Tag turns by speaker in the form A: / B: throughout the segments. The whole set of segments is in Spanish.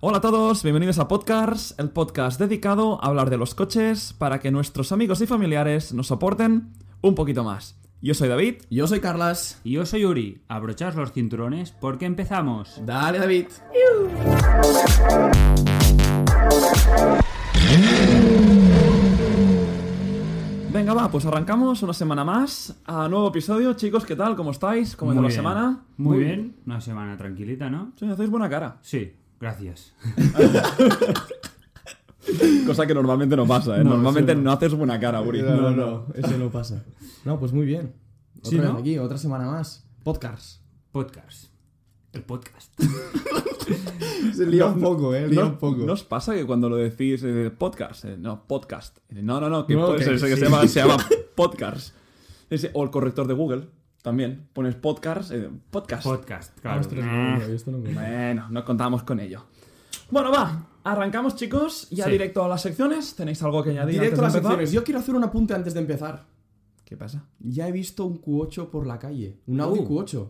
A: Hola a todos, bienvenidos a Podcasts, el podcast dedicado a hablar de los coches para que nuestros amigos y familiares nos soporten un poquito más. Yo soy David.
B: Yo soy Carlas.
C: Y yo soy Uri. Abrochaos los cinturones porque empezamos.
B: Dale, David.
A: Venga, va, pues arrancamos una semana más a nuevo episodio. Chicos, ¿qué tal? ¿Cómo estáis? ¿Cómo ha ido
C: Muy
A: la
C: bien.
A: semana?
C: Muy bien. Una semana tranquilita, ¿no?
A: Sí, hacéis buena cara.
C: Sí, gracias.
A: Cosa que normalmente no pasa, ¿eh? normalmente
B: sí,
A: no. haces buena cara, Uri.
B: No, no, no, eso no pasa. No, pues muy bien. Otra
C: Sí,
B: vez
C: ¿no?
B: aquí, otra semana más. Podcast.
C: Podcast. El podcast.
B: Se lía un poco, eh, lía
A: ¿No-
B: un poco.
A: ¿No os pasa que cuando lo decís eh, podcast? eh, no, podcast. Eh, No, no, no, que
B: No,
A: puede
B: que
A: ser, que
B: sí.
A: se, llama, se llama podcast. Ese- o el corrector de Google también. Pones podcast. eh, podcast.
C: Podcast, claro. Ah,
B: Ostras,
C: Nah.
B: no, no, esto no me gusta.
A: bueno, no contamos con ello. Bueno, va. Arrancamos, chicos. Ya
C: Sí.
A: directo a las secciones. ¿Tenéis algo que añadir?
B: Directo a
A: antes
B: las
A: de empezar?
B: secciones. Yo quiero hacer un apunte antes de empezar.
A: ¿Qué pasa?
B: Ya he visto un Q8 por la calle. Un Audi
C: Uh.
B: Q8.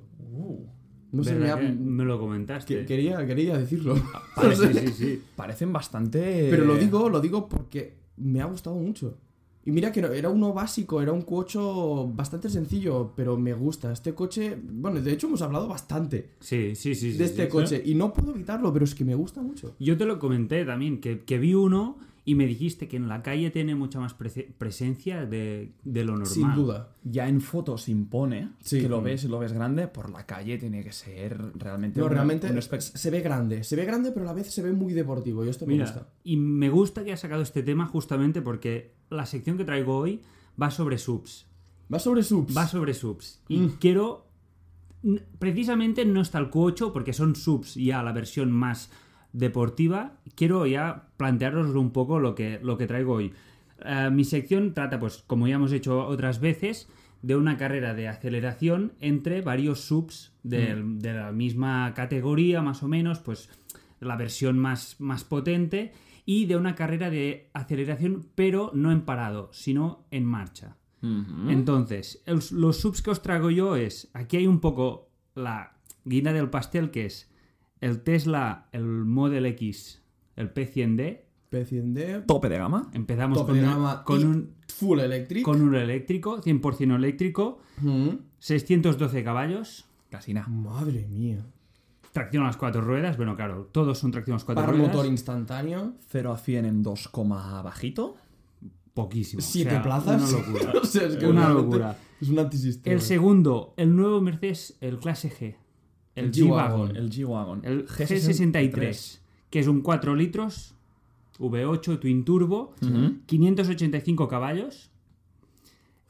B: No sé, me
C: ¿Verdad Ah.
B: ha-
C: que me lo
B: que-
C: comentaste.
B: quería, quería decirlo.
C: Vale, sí, sí, sí.
A: Parecen bastante.
B: Pero lo digo, lo digo porque me ha gustado mucho. Y mira que no- era uno básico, era un Q8 bastante sencillo, pero me gusta. Este coche, bueno, de hecho hemos hablado bastante.
C: Sí, sí, sí. sí,
B: de
C: sí,
B: este
C: sí.
B: coche. Y no puedo evitarlo, pero es que me gusta mucho.
C: Yo te lo comenté también, que, que vi uno y me dijiste que en la calle tiene mucha más prece- presencia de, de lo normal.
B: Sin duda.
A: Ya en fotos impone
B: Sí.
A: que lo ves y lo ves grande. Por la calle tiene que ser realmente.
B: No,
A: un-
B: realmente
A: un espect-
B: se ve grande. Se ve grande, pero a la vez se ve muy deportivo. Y esto me
C: Mira,
B: gusta.
C: y me gusta que has sacado este tema justamente porque la sección que traigo hoy va sobre subs.
B: Va sobre subs.
C: Va sobre subs. Y quiero. n- Precisamente no está el Q8 porque son subs ya la versión más deportiva. Quiero ya plantearos un poco lo que, lo que traigo hoy. Eh, mi sección trata, pues, como ya hemos hecho otras veces, de una carrera de aceleración entre varios subs del- de la misma categoría, más o menos, pues la versión más, más potente, y de una carrera de aceleración, pero no en parado, sino en marcha.
B: Mm.
A: Ujú.
C: Entonces, el- los subs que os traigo yo es, aquí hay un poco la guinda del pastel que es el Tesla, el Model X, el P100D.
B: P100D.
A: Tope de gama.
C: Empezamos
B: Top
C: con,
B: de
C: un-
B: gama
C: con
B: y
C: un,
B: Full electric.
C: con un eléctrico, 100% eléctrico,
B: Mm.
C: 612 caballos,
A: Casi nada.
B: Madre mía.
C: tracción a las cuatro ruedas, bueno, claro, todos son tracción a las cuatro
B: Par
C: ruedas.
B: motor instantáneo.
A: 0 a 100 en 2, coma bajito.
C: Poquísimo. o
B: Siete
C: sea,
B: plazas.
C: Una locura.
B: O sea, es que
C: Una
B: realmente
C: locura.
B: Es un antisistema.
C: El segundo, el nuevo Mercedes, el clase G, el,
B: El
C: G-Wagon.
B: G-Wagon.
A: El G-Wagon.
C: El G63, que es un 4 litros, V8 Twin Turbo,
A: Ujú.
C: 585 caballos.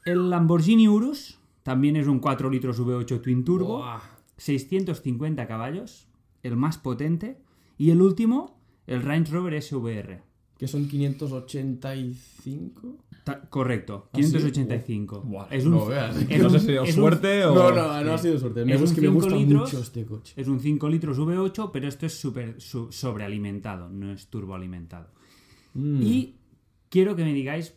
C: El Lamborghini Urus, también es un 4 litros V8 Twin Turbo,
B: Buah.
C: 650 caballos, el más potente. Y el último, el Range Rover SVR.
B: Que son 585.
C: Ta- correcto,
B: ¿Ah, sí?
C: 585.
A: Wow.
C: Es un-
B: No veas.
C: es
A: No
C: un-
A: sé si
C: es
A: os
C: un-
A: suerte o.
B: No, no, no ha sido suerte. Me
C: Es un
B: gusta- que me
C: cinco
B: gusta
C: litros.
B: mucho este coche.
C: Es un 5 litros V8, pero esto es super, su- sobrealimentado, no es turboalimentado.
B: Mm.
A: Mm.
C: Y quiero que me digáis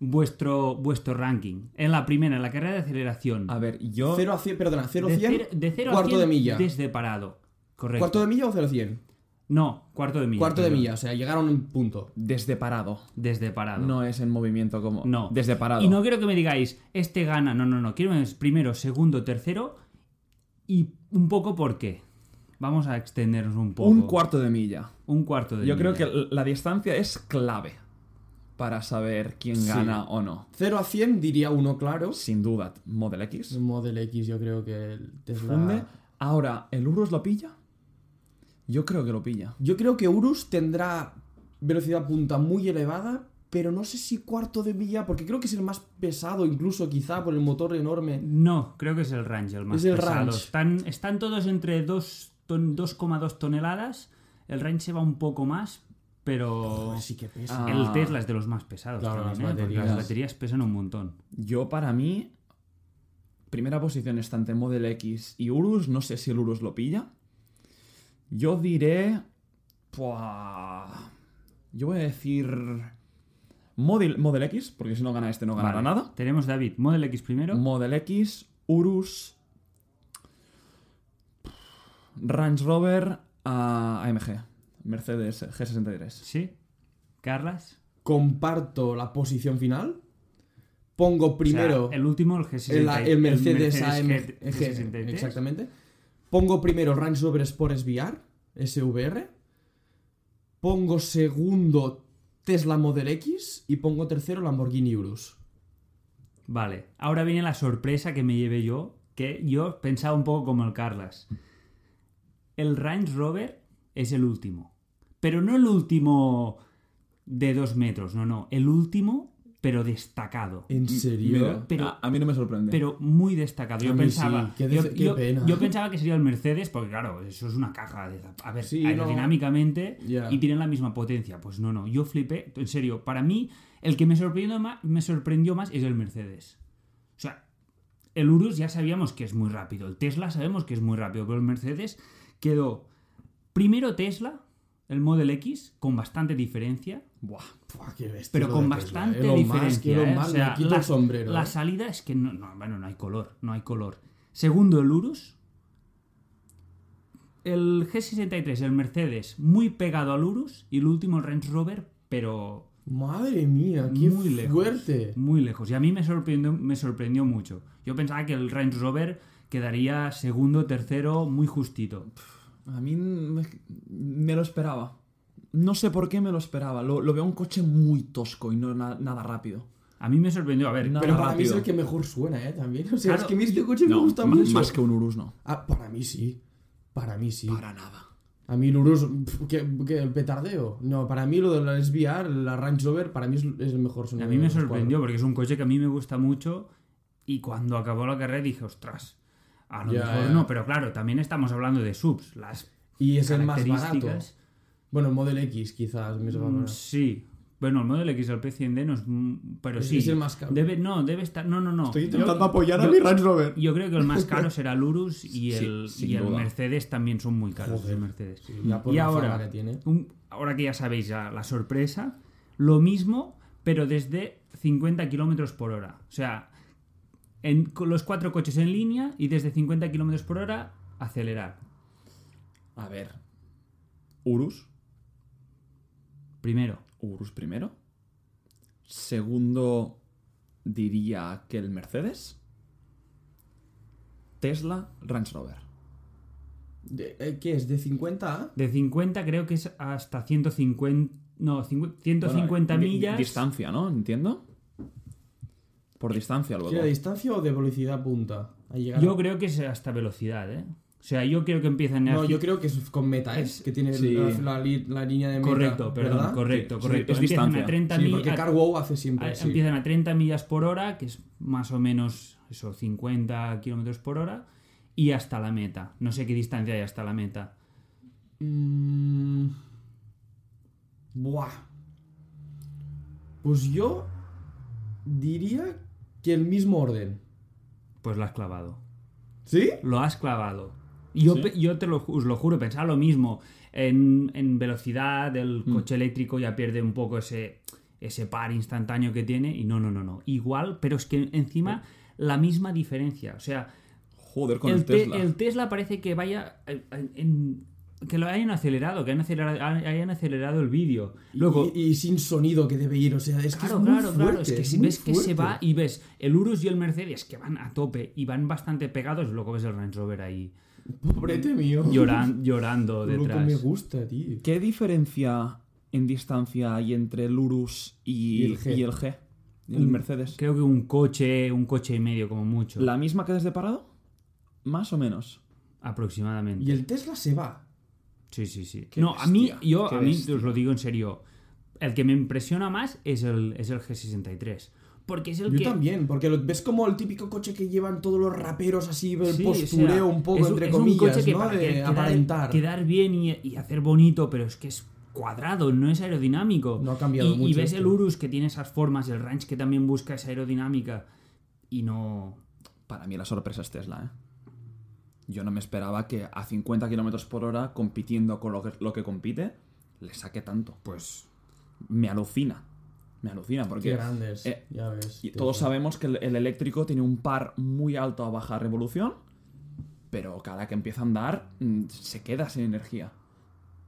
C: vuestro, vuestro ranking. En la primera, en la carrera de aceleración.
A: A ver, yo.
B: 0 a 100, perdona, 0 a
C: de
B: 100.
C: cero- de cero a
B: cuarto
C: 100
B: de milla.
C: Desde parado. Correcto.
B: ¿Cuarto de milla o 0 a 100?
C: No, cuarto de milla.
B: Cuarto de
C: perdón.
B: milla, o sea, llegaron a un punto.
A: Desde parado.
C: Desde parado.
A: No es en movimiento como.
C: No.
A: Desde parado.
C: Y no quiero que me digáis, este gana. No, no, no. Quiero que me digáis primero, segundo, tercero. Y un poco por qué. Vamos a extendernos un poco.
A: Un cuarto de milla.
C: Un cuarto de
A: Yo creo
C: milla.
A: que l- la distancia es clave para saber quién
C: Sí.
A: gana o no.
B: 0 a 100 diría uno claro.
A: Sin duda, Model X.
B: Es un Model X, yo creo que el
C: Mm,
B: Tesla.
C: ah.
A: Funde. Ahora, ¿el Urus lo pilla? Yo creo que lo pilla.
B: Yo creo que Urus tendrá velocidad punta muy elevada, pero no sé si cuarto de milla, porque creo que es el más pesado, incluso quizá por el motor enorme.
C: No, creo que es el Range el más
B: Es el
C: pesado.
B: Range.
C: Están, están todos entre dos ton- 2,2 toneladas. El Range se va un poco más, pero
B: Así que pesa.
A: Ah,
C: el Tesla es de los más pesados.
B: Claro,
C: también,
B: las
C: ¿eh? Porque
B: baterías.
C: las baterías pesan un montón.
A: Yo, para mí, primera posición está entre Model X y Urus. No sé si el Urus lo pilla. Yo diré. Puah, yo voy a decir. Model, Model X, porque si no gana este, no ganará
C: Vale.
A: nada.
C: Tenemos David, Model X primero.
A: Model X, Urus. Range Rover, ah, AMG. Mercedes G63.
C: ¿Sí? ¿Carlas?
B: Comparto la posición final. Pongo
C: O sea,
B: primero
C: el último, el G60.
B: el, el Mercedes,
C: G-
B: AMG.
C: G63.
B: Exactamente. Pongo primero Range Rover Sport SVR, SVR. Pongo segundo Tesla Model X y pongo tercero Lamborghini Urus.
C: Vale, ahora viene la sorpresa que me llevé yo, que yo pensaba un poco como el Carlas. El Range Rover es el último, pero no el último de dos metros, no, no, el último, pero destacado.
B: ¿En serio?
A: Mira,
C: Pero-
A: a, a mí no me sorprende.
C: Pero muy destacado.
B: A
C: Yo
B: mí
C: pensaba.
B: sí, qué
C: yo,
B: dece- qué
C: yo-
B: pena.
C: yo pensaba que sería el Mercedes, porque claro, eso es una caja. de- a ver,
B: Sí,
C: aerodinámicamente
B: Ya.
C: y tienen la misma potencia. Pues no, no. Yo flipé. En serio, para mí, el que me sorprendió más, me sorprendió más es el Mercedes. O sea, el Urus ya sabíamos que es muy rápido. El Tesla sabemos que es muy rápido. Pero el Mercedes quedó primero Tesla, el Model X, con bastante diferencia.
A: Buah.
B: Buah, qué bestia
C: Pero
B: lo
C: con
B: de Tesla.
C: bastante
B: Elon Musk,
C: diferencia.
B: Elon
C: ¿eh?
B: Musk,
C: O
B: me
C: sea,
B: quito
C: la,
B: el sombrero.
C: la
B: ¿eh?
C: salida es que no, no, bueno, no hay color, no hay color. Segundo, el Urus. El G63, el Mercedes, muy pegado al Urus. Y el último, el Range Rover, pero
B: Madre mía, qué
C: Muy lejos.
B: fuerte.
C: muy lejos. Y a mí me sorprendió, me sorprendió mucho. Yo pensaba que el Range Rover quedaría segundo, tercero, muy justito.
A: A mí me, me lo esperaba. No sé por qué me lo esperaba. Lo, lo veo un coche muy tosco y no na- nada rápido.
C: A mí me sorprendió, a ver,
A: No,
B: Pero para mí es
A: rápido.
B: el que mejor suena, ¿eh? También. O sea,
C: Claro.
B: es que a mí este coche me gusta
A: ma-
B: mucho.
A: más que un Urus, no.
B: Ah, para mí sí. Para mí sí.
A: Para nada.
B: A mí el Urus, pf, que, que el petardeo. No, para mí lo de la SVR, la Range Rover, para mí es, es el mejor sonido.
C: A mí
B: de
C: me
B: los
C: sorprendió porque es un coche que a mí me gusta mucho y cuando acabó la carrera dije, ostras, a lo
B: Ya,
C: mejor
B: ya.
C: no, pero claro, también estamos hablando de subs, las
B: cuatro. Y es el más barato.
C: características.
B: Bueno, el Model X quizás. Me
C: mm, sí. Bueno, el Model X, el P100D no es... mm, Pero
B: Es-
C: sí.
B: es el más caro.
C: Debe, no, debe estar... No, no, no.
B: Estoy
C: Yo-
B: intentando apoyar a
C: yo-
B: mi Range Rover.
C: Yo creo que el más caro será el Urus y
A: Sí,
C: el,
A: sin
C: y el
A: duda.
C: Mercedes también son muy caros.
B: Joder.
C: los Mercedes.
B: ya por
C: y
B: la
C: ahora,
B: fama que tiene.
C: un- ahora que ya sabéis ya la sorpresa, lo mismo, pero desde 50 kilómetros por hora. O sea, en, con los cuatro coches en línea y desde 50 kilómetros por hora acelerar.
A: A ver. Urus.
C: Primero,
A: Urus primero. Segundo, diría que el Mercedes. Tesla, Range Rover.
B: De- eh, ¿Qué es? ¿De 50 a?
C: de 50 creo que es hasta 150, no, cincu- 150
B: eh,
A: Bueno, di-
C: millas.
A: Distancia, ¿no? Entiendo. Por distancia luego.
B: ¿Quiere distancia o de velocidad punta? A llegar a-
C: Yo creo que es hasta velocidad, ¿eh? O sea, yo creo que empiezan a...
B: No, yo creo que es con meta, ¿eh?
C: Es-
B: Que tiene
A: sí.
B: la, la li- la línea de meta.
C: Correcto, perdón,
B: ¿verdad?
C: correcto,
A: Sí,
C: correcto.
A: es
C: empiezan
A: distancia.
C: a 30
B: Sí,
C: millas.
B: porque CarWow hace siempre.
C: Ah,
B: sí.
C: Empiezan a 30 millas por hora, que es más o menos eso, 50 kilómetros por hora, y hasta la meta. No sé qué distancia hay hasta la meta.
B: Mm. Buah. Pues yo diría que el mismo orden.
C: Pues lo has clavado.
B: ¿Sí?
C: Lo has clavado. Yo,
A: ¿Sí?
C: pe- yo te lo, ju- os lo juro, pensaba lo mismo. En, en velocidad, el coche eléctrico ya pierde un poco ese, ese par instantáneo que tiene. Y no, no, no, no. Igual, pero es que encima la misma diferencia. O sea,
A: Joder, con el,
C: el, te-
A: Tesla.
C: el Tesla parece que vaya eh, en- en- que lo hayan acelerado, que hayan acelerado, hayan acelerado el vídeo. Luego,
B: y, y sin sonido que debe ir, o sea, es que
C: claro,
B: es muy
C: claro, claro,
B: fuerte,
C: es que
B: es
C: si
B: muy
C: ves que se
B: fuerte.
C: va y ves el Urus y el Mercedes que van a tope y van bastante pegados, luego ves el Range Rover ahí
B: Pobrete mío.
C: lloran- llorando
B: Lo que me
C: detrás.
B: gusta, tío.
A: ¿Qué diferencia en distancia hay entre el Urus y,
B: Y el G. Mm,
A: y el, G? El Mercedes.
C: Creo que un coche, un coche y medio como mucho,
A: ¿La misma que desde parado? Más o menos.
C: aproximadamente.
B: Y el Tesla se va.
C: Sí, sí, sí.
A: Qué
C: no, a mí,
A: bestia,
C: yo,
A: qué
C: a mí,
A: bestia.
C: os lo digo en serio, el que me impresiona más es el, es el G63. Porque es el
B: Yo
C: que...
B: también, porque lo- ves como el típico coche que llevan todos los raperos así, el
C: Sí, o sea,
B: postureo un poco,
C: es
B: entre
C: es
B: comillas,
C: un coche que
B: ¿no?
C: para
B: de
C: que- quedar,
B: aparentar.
C: quedar bien y, y hacer bonito, pero es que es cuadrado, no es aerodinámico.
B: No ha cambiado
C: y, y
B: mucho
C: ves
B: esto.
C: el Urus que tiene esas formas, el Range que también busca esa aerodinámica y no...
A: Para mí la sorpresa es Tesla, ¿eh? Yo no me esperaba que a 50 kilómetros por hora, compitiendo con lo que, lo que compite, le saque tanto. Pues me alucina. Me alucina porque...
B: Qué grandes,
A: eh,
B: ya ves.
A: y
B: tío.
A: todos sabemos que el, el eléctrico tiene un par muy alto a baja revolución, pero cada que empieza a andar mm, se queda sin energía.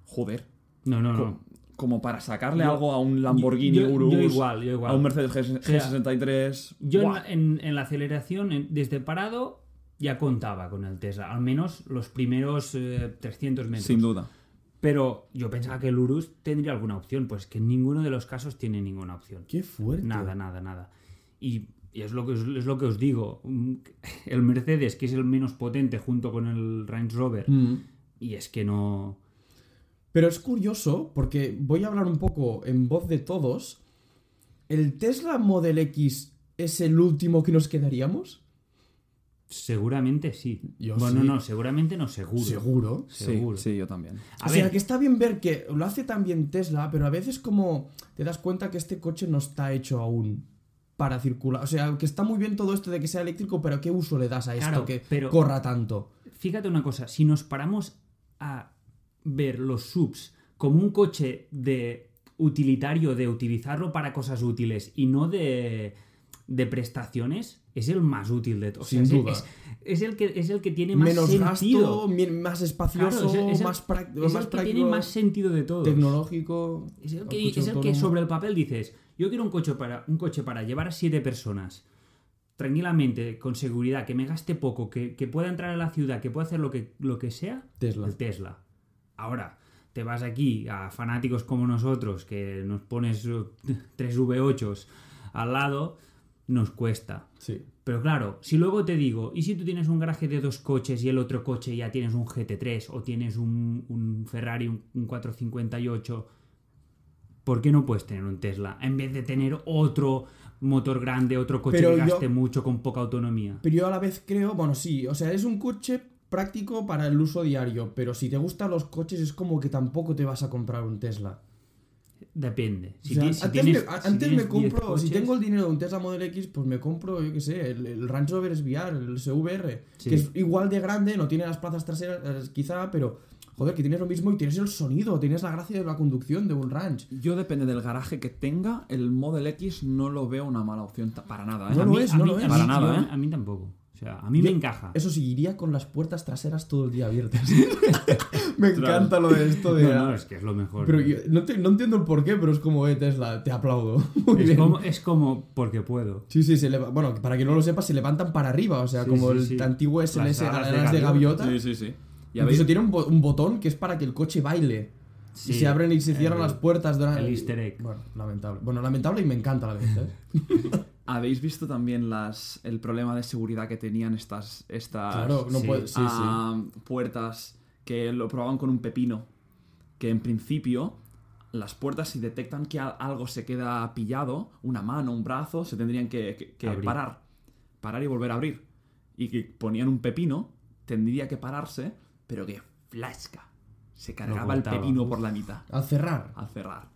A: Joder,
C: No, no,
A: co-
C: no.
A: como para sacarle
C: Yo-
A: algo a un Lamborghini
C: yo- yo
A: Urus,
C: igual, yo igual.
A: a un Mercedes G-
C: sea,
A: G63.
C: Yo en,
A: Buah,
C: la- en- en la aceleración, en- desde parado, ya contaba con el Tesla. Al menos los primeros eh, 300 metros.
A: sin duda.
C: Pero yo pensaba que el Urus tendría alguna opción. Pues que en ninguno de los casos tiene ninguna opción.
B: Qué fuerte.
C: Nada, nada, nada. Y, y es, lo que os, es lo que os digo. Mm, El Mercedes, que es el menos potente junto con el Range Rover.
B: Mm.
C: Y es que no...
B: Pero es curioso porque voy a hablar un poco en voz de todos. ¿El Tesla Model X es el último que nos quedaríamos?
C: Seguramente sí.
B: Yo
C: bueno,
B: sí.
C: no, seguramente no, seguro.
B: Seguro.
C: Seguro.
A: Sí, sí, yo también.
C: A
B: o
C: ver,
B: sea, que está bien ver que lo hace tan bien Tesla, pero a veces como te das cuenta que este coche no está hecho aún para circular. O sea, que está muy bien todo esto de que sea eléctrico, pero ¿qué uso le das a esto
C: Claro,
B: que
C: pero-
B: corra tanto?
C: fíjate una cosa, si nos paramos a ver los subs como un coche de utilitario, de utilizarlo para cosas útiles y no de, de prestaciones, es el más útil de todos. O sea,
B: Sin
C: es el-
B: duda.
C: Es, es el que, es el que tiene más
B: Menos gasto,
C: sentido.
B: mi- más
C: Claro,
B: espacioso,
C: es el- es el-
B: más, práct-
C: es el
B: más
C: que
B: práctico,
C: tiene más sentido de todos.
B: tecnológico.
C: Es el
B: un
C: que,
B: coche
C: es el que
B: autónomo.
C: sobre el papel dices, yo quiero un coche para, un coche para llevar a siete personas, tranquilamente, con seguridad, que me gaste poco, que, que pueda entrar a la ciudad, que pueda hacer lo que, lo que sea,
B: Tesla.
C: el Tesla. Ahora, te vas aquí a fanáticos como nosotros, que nos pones eh, tres V8s al lado, nos cuesta.
B: Sí.
C: Pero claro, si luego te digo, ¿y si tú tienes un garaje de dos coches y el otro coche ya tienes un GT3 o tienes un, un Ferrari, un, un 458? ¿Por qué no puedes tener un Tesla? En vez de tener otro motor grande, otro coche
B: Pero
C: que
B: yo-
C: gaste mucho con poca autonomía.
B: Pero yo a la vez creo, bueno, sí, o sea, es un coche práctico para el uso diario, pero si te gustan los coches es como que tampoco te vas a comprar un Tesla.
C: Depende.
B: O sea,
C: ti-
B: antes
C: tienes-
B: me,
C: si
B: a- antes
C: tienes
B: me
C: 10
B: compro, si
C: coches-
B: tengo el dinero de un Tesla Model X, pues me compro, yo qué sé, el, el Range Rover SVR, el SVR,
C: Sí.
B: que es igual de grande, no tiene las plazas traseras eh, quizá, pero joder, que tienes lo mismo y tienes el sonido, tienes la gracia de la conducción de un Ranch.
A: Yo depende del garaje que tenga, el Model X no lo veo una mala opción ta- para nada. ¿eh?
B: No
A: A
B: lo
A: mí-
B: es,
A: a
B: no
A: mí-
B: lo es.
C: a mí-
A: Para
C: yo-
A: nada, ¿eh?
C: A mí tampoco. O sea, a mí me encaja.
B: Eso sí, iría con las puertas traseras todo el día abiertas. me encanta lo de esto de...
C: No, no, es que es lo mejor.
B: Pero yo no, te- no entiendo el porqué, pero es como, eh, Tesla, te aplaudo. Muy
C: es,
B: bien.
C: como, es como porque puedo.
B: Sí, sí, se leva- bueno, para que no lo sepas, se levantan para arriba, o sea,
C: Sí,
B: como
C: sí,
B: el
C: sí.
B: antiguo
C: Las
B: SLS,
C: alas
B: alas
C: de
B: de, gaviota.
A: Sí, sí, sí. Y
B: Incluso
A: habéis-
B: tiene un, bo- un botón que es para que el coche baile.
C: Sí, eh,
B: y se abren y se
C: el-
B: cierran las puertas. durante-
C: el easter egg.
B: Bueno, lamentable. Bueno, lamentable y me encanta a la vez, ¿eh?
A: habéis visto también las, el problema de seguridad que tenían estas, estas
B: claro, no
C: Ah, sí.
B: puede... Sí, sí.
A: ah, puertas que lo probaban con un pepino. Que en principio, las puertas, si detectan que a- algo se queda pillado, una mano, un brazo, se tendrían que, que- que
C: Abrir.
A: parar. Parar y volver a abrir. Y que ponían un pepino, tendría que pararse, pero que flasca. Se cargaba el
C: cortaba.
A: pepino por la mitad
B: Al
C: Ah,
B: cerrar.
A: al cerrar.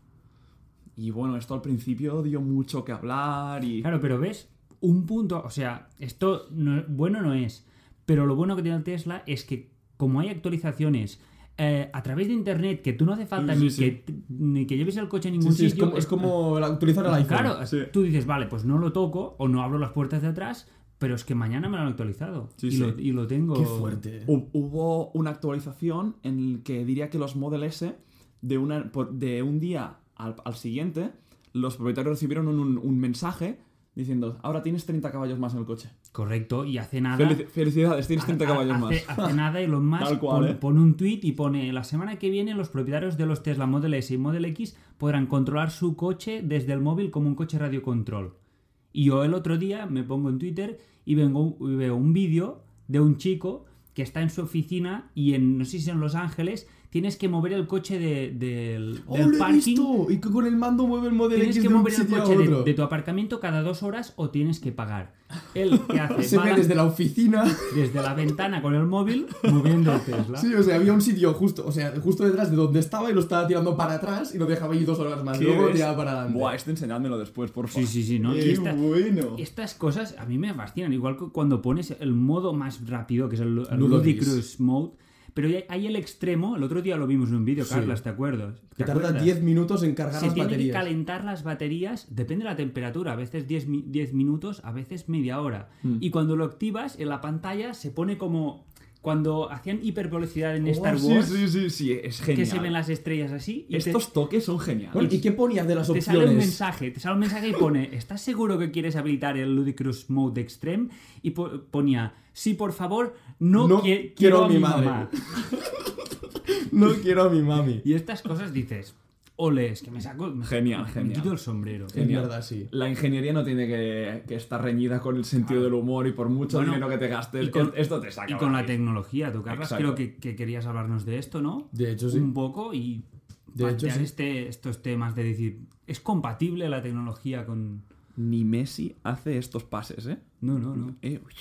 A: Y bueno, esto al principio dio mucho que hablar y.
C: Claro, pero ves, un punto, o sea, esto no- bueno no es, pero lo bueno que tiene el Tesla es que como hay actualizaciones eh, a través de Internet, que tú no hace falta
A: Sí,
C: ni,
A: sí,
C: Que, ni que lleves el coche a
B: Sí,
C: ningún
B: sí, es
C: sitio. eh,
B: como, es como la- utilizar el iPhone.
C: Claro,
A: Sí.
C: tú dices, vale, pues no lo toco o no abro las puertas de atrás, pero es que mañana me lo han actualizado
A: Sí,
C: y,
A: sí.
C: Lo, y lo tengo.
B: Qué fuerte.
C: Oh,
A: Hu- Hubo una actualización en la que diría que los Model S, de, una, por- de un día al, al siguiente, los propietarios recibieron un, un- un mensaje diciendo: Ahora tienes 30 caballos más en el coche.
C: Correcto, y hace nada.
A: Felici- felicidades, tienes 30
C: Ha-
A: caballos más.
C: hace, hace nada Elon Musk
A: Tal cual,
C: pone,
A: ¿eh?
C: pone un tweet y pone la semana que viene los propietarios de los Tesla Model S y Model X podrán controlar su coche desde el móvil como un coche radiocontrol. Y yo el otro día me pongo en Twitter y, vengo, y veo un vídeo de un chico que está en su oficina y en, no sé si es en Los Ángeles, tienes que mover el coche de- del,
B: ¡Oh,
C: del
B: lo he
C: parking.
B: visto! Y que con el mando mueve el Model
C: Tienes
B: X
C: que
B: de un
C: mover el
B: sitio a
C: coche de,
B: otro.
C: de tu apartamento cada dos horas o tienes que pagar. Él que hace
B: Se
C: Va
B: ve
C: la-
B: desde la oficina.
C: desde la ventana con el móvil moviendo el Tesla.
B: Sí, o sea, había un sitio justo, o sea, justo detrás de donde estaba y lo estaba tirando para atrás y lo dejaba ahí dos horas más.
A: ¿Qué
B: Luego lo
A: ves?
B: tiraba para adelante.
A: Buah, esto enseñádmelo después, por favor.
C: Sí, sí, sí, ¿no? Y
B: ¡Qué
C: esta-
B: bueno!
C: estas cosas a mí me fascinan, igual que cuando pones el modo más rápido, que es el, lu- el
B: Ludicrous.
C: Ludicrous Mode, pero hay- hay el extremo, el otro día lo vimos en un vídeo, Carlas, ¿te acuerdas?
B: Que
C: ¿Te
B: tarda
C: acuerdas?
B: 10 minutos en cargar
C: Se
B: las
C: tiene que
B: baterías.
C: calentar las baterías, depende de la temperatura, a veces 10, mi-
B: Mm.
C: 10 minutos, a veces media hora. Y cuando lo activas en la pantalla se pone como Cuando hacían hipervelocidad en
A: Oh,
C: Star
A: sí,
C: Wars,
A: Sí, sí, sí, es genial.
C: que se ven las estrellas así, y te-
A: Estos toques son geniales.
B: Bueno, ¿y qué ponía de las
C: te,
B: opciones?
C: sale un mensaje, te sale un mensaje y pone, ¿estás seguro que quieres habilitar el Ludicrous Mode Extreme? Y po- ponía, sí, por favor, no,
B: No
C: qui-
B: quiero
C: quiero
B: a
C: a mi
B: mi madre".
C: mamá.
B: No quiero a mi mami.
C: Y estas cosas dices, ole, es que me saco... me-
A: Genial,
C: me
A: genial.
C: quito el sombrero.
B: Es
A: Genial.
B: verdad, sí.
A: La ingeniería no tiene que, que estar reñida con el sentido del humor y por mucho
C: Bueno,
A: dinero que te gastes,
C: y con-
A: esto te saca.
C: Y con la
A: gratis.
C: tecnología, tú, Carlas,
A: Exacto.
C: creo que, que querías hablarnos de esto, ¿no?
B: De hecho, sí.
C: Un poco y
B: De hecho,
C: plantear
B: sí.
C: este- estos temas de decir, ¿es compatible la tecnología con...?
A: Ni Messi hace estos pases, ¿eh?
C: No, no, no.
A: Eh, uy.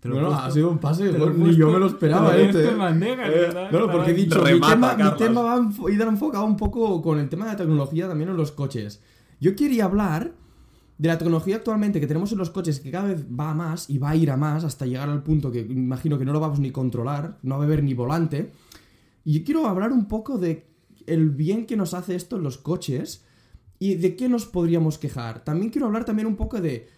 C: Te lo he
B: Bueno,
C: puesto-
B: ha sido un pase,
C: te lo he
B: bueno, ni
C: puesto-
B: yo me lo esperaba,
C: te he
B: este.
C: puesto en bandeja, ¿verdad?
B: Bueno, porque he
C: Estaba-
B: dicho,
A: Remata,
B: mi tema, mi
A: Carlos.
B: tema va enfo- iba enfocado un poco con el tema de la tecnología también en los coches. Yo quería hablar de la tecnología actualmente que tenemos en los coches, que cada vez va a más y va a ir a más hasta llegar al punto que imagino que no lo vamos ni a controlar, no va a haber ni volante. Y yo quiero hablar un poco de el bien que nos hace esto en los coches y de qué nos podríamos quejar. También quiero hablar también un poco de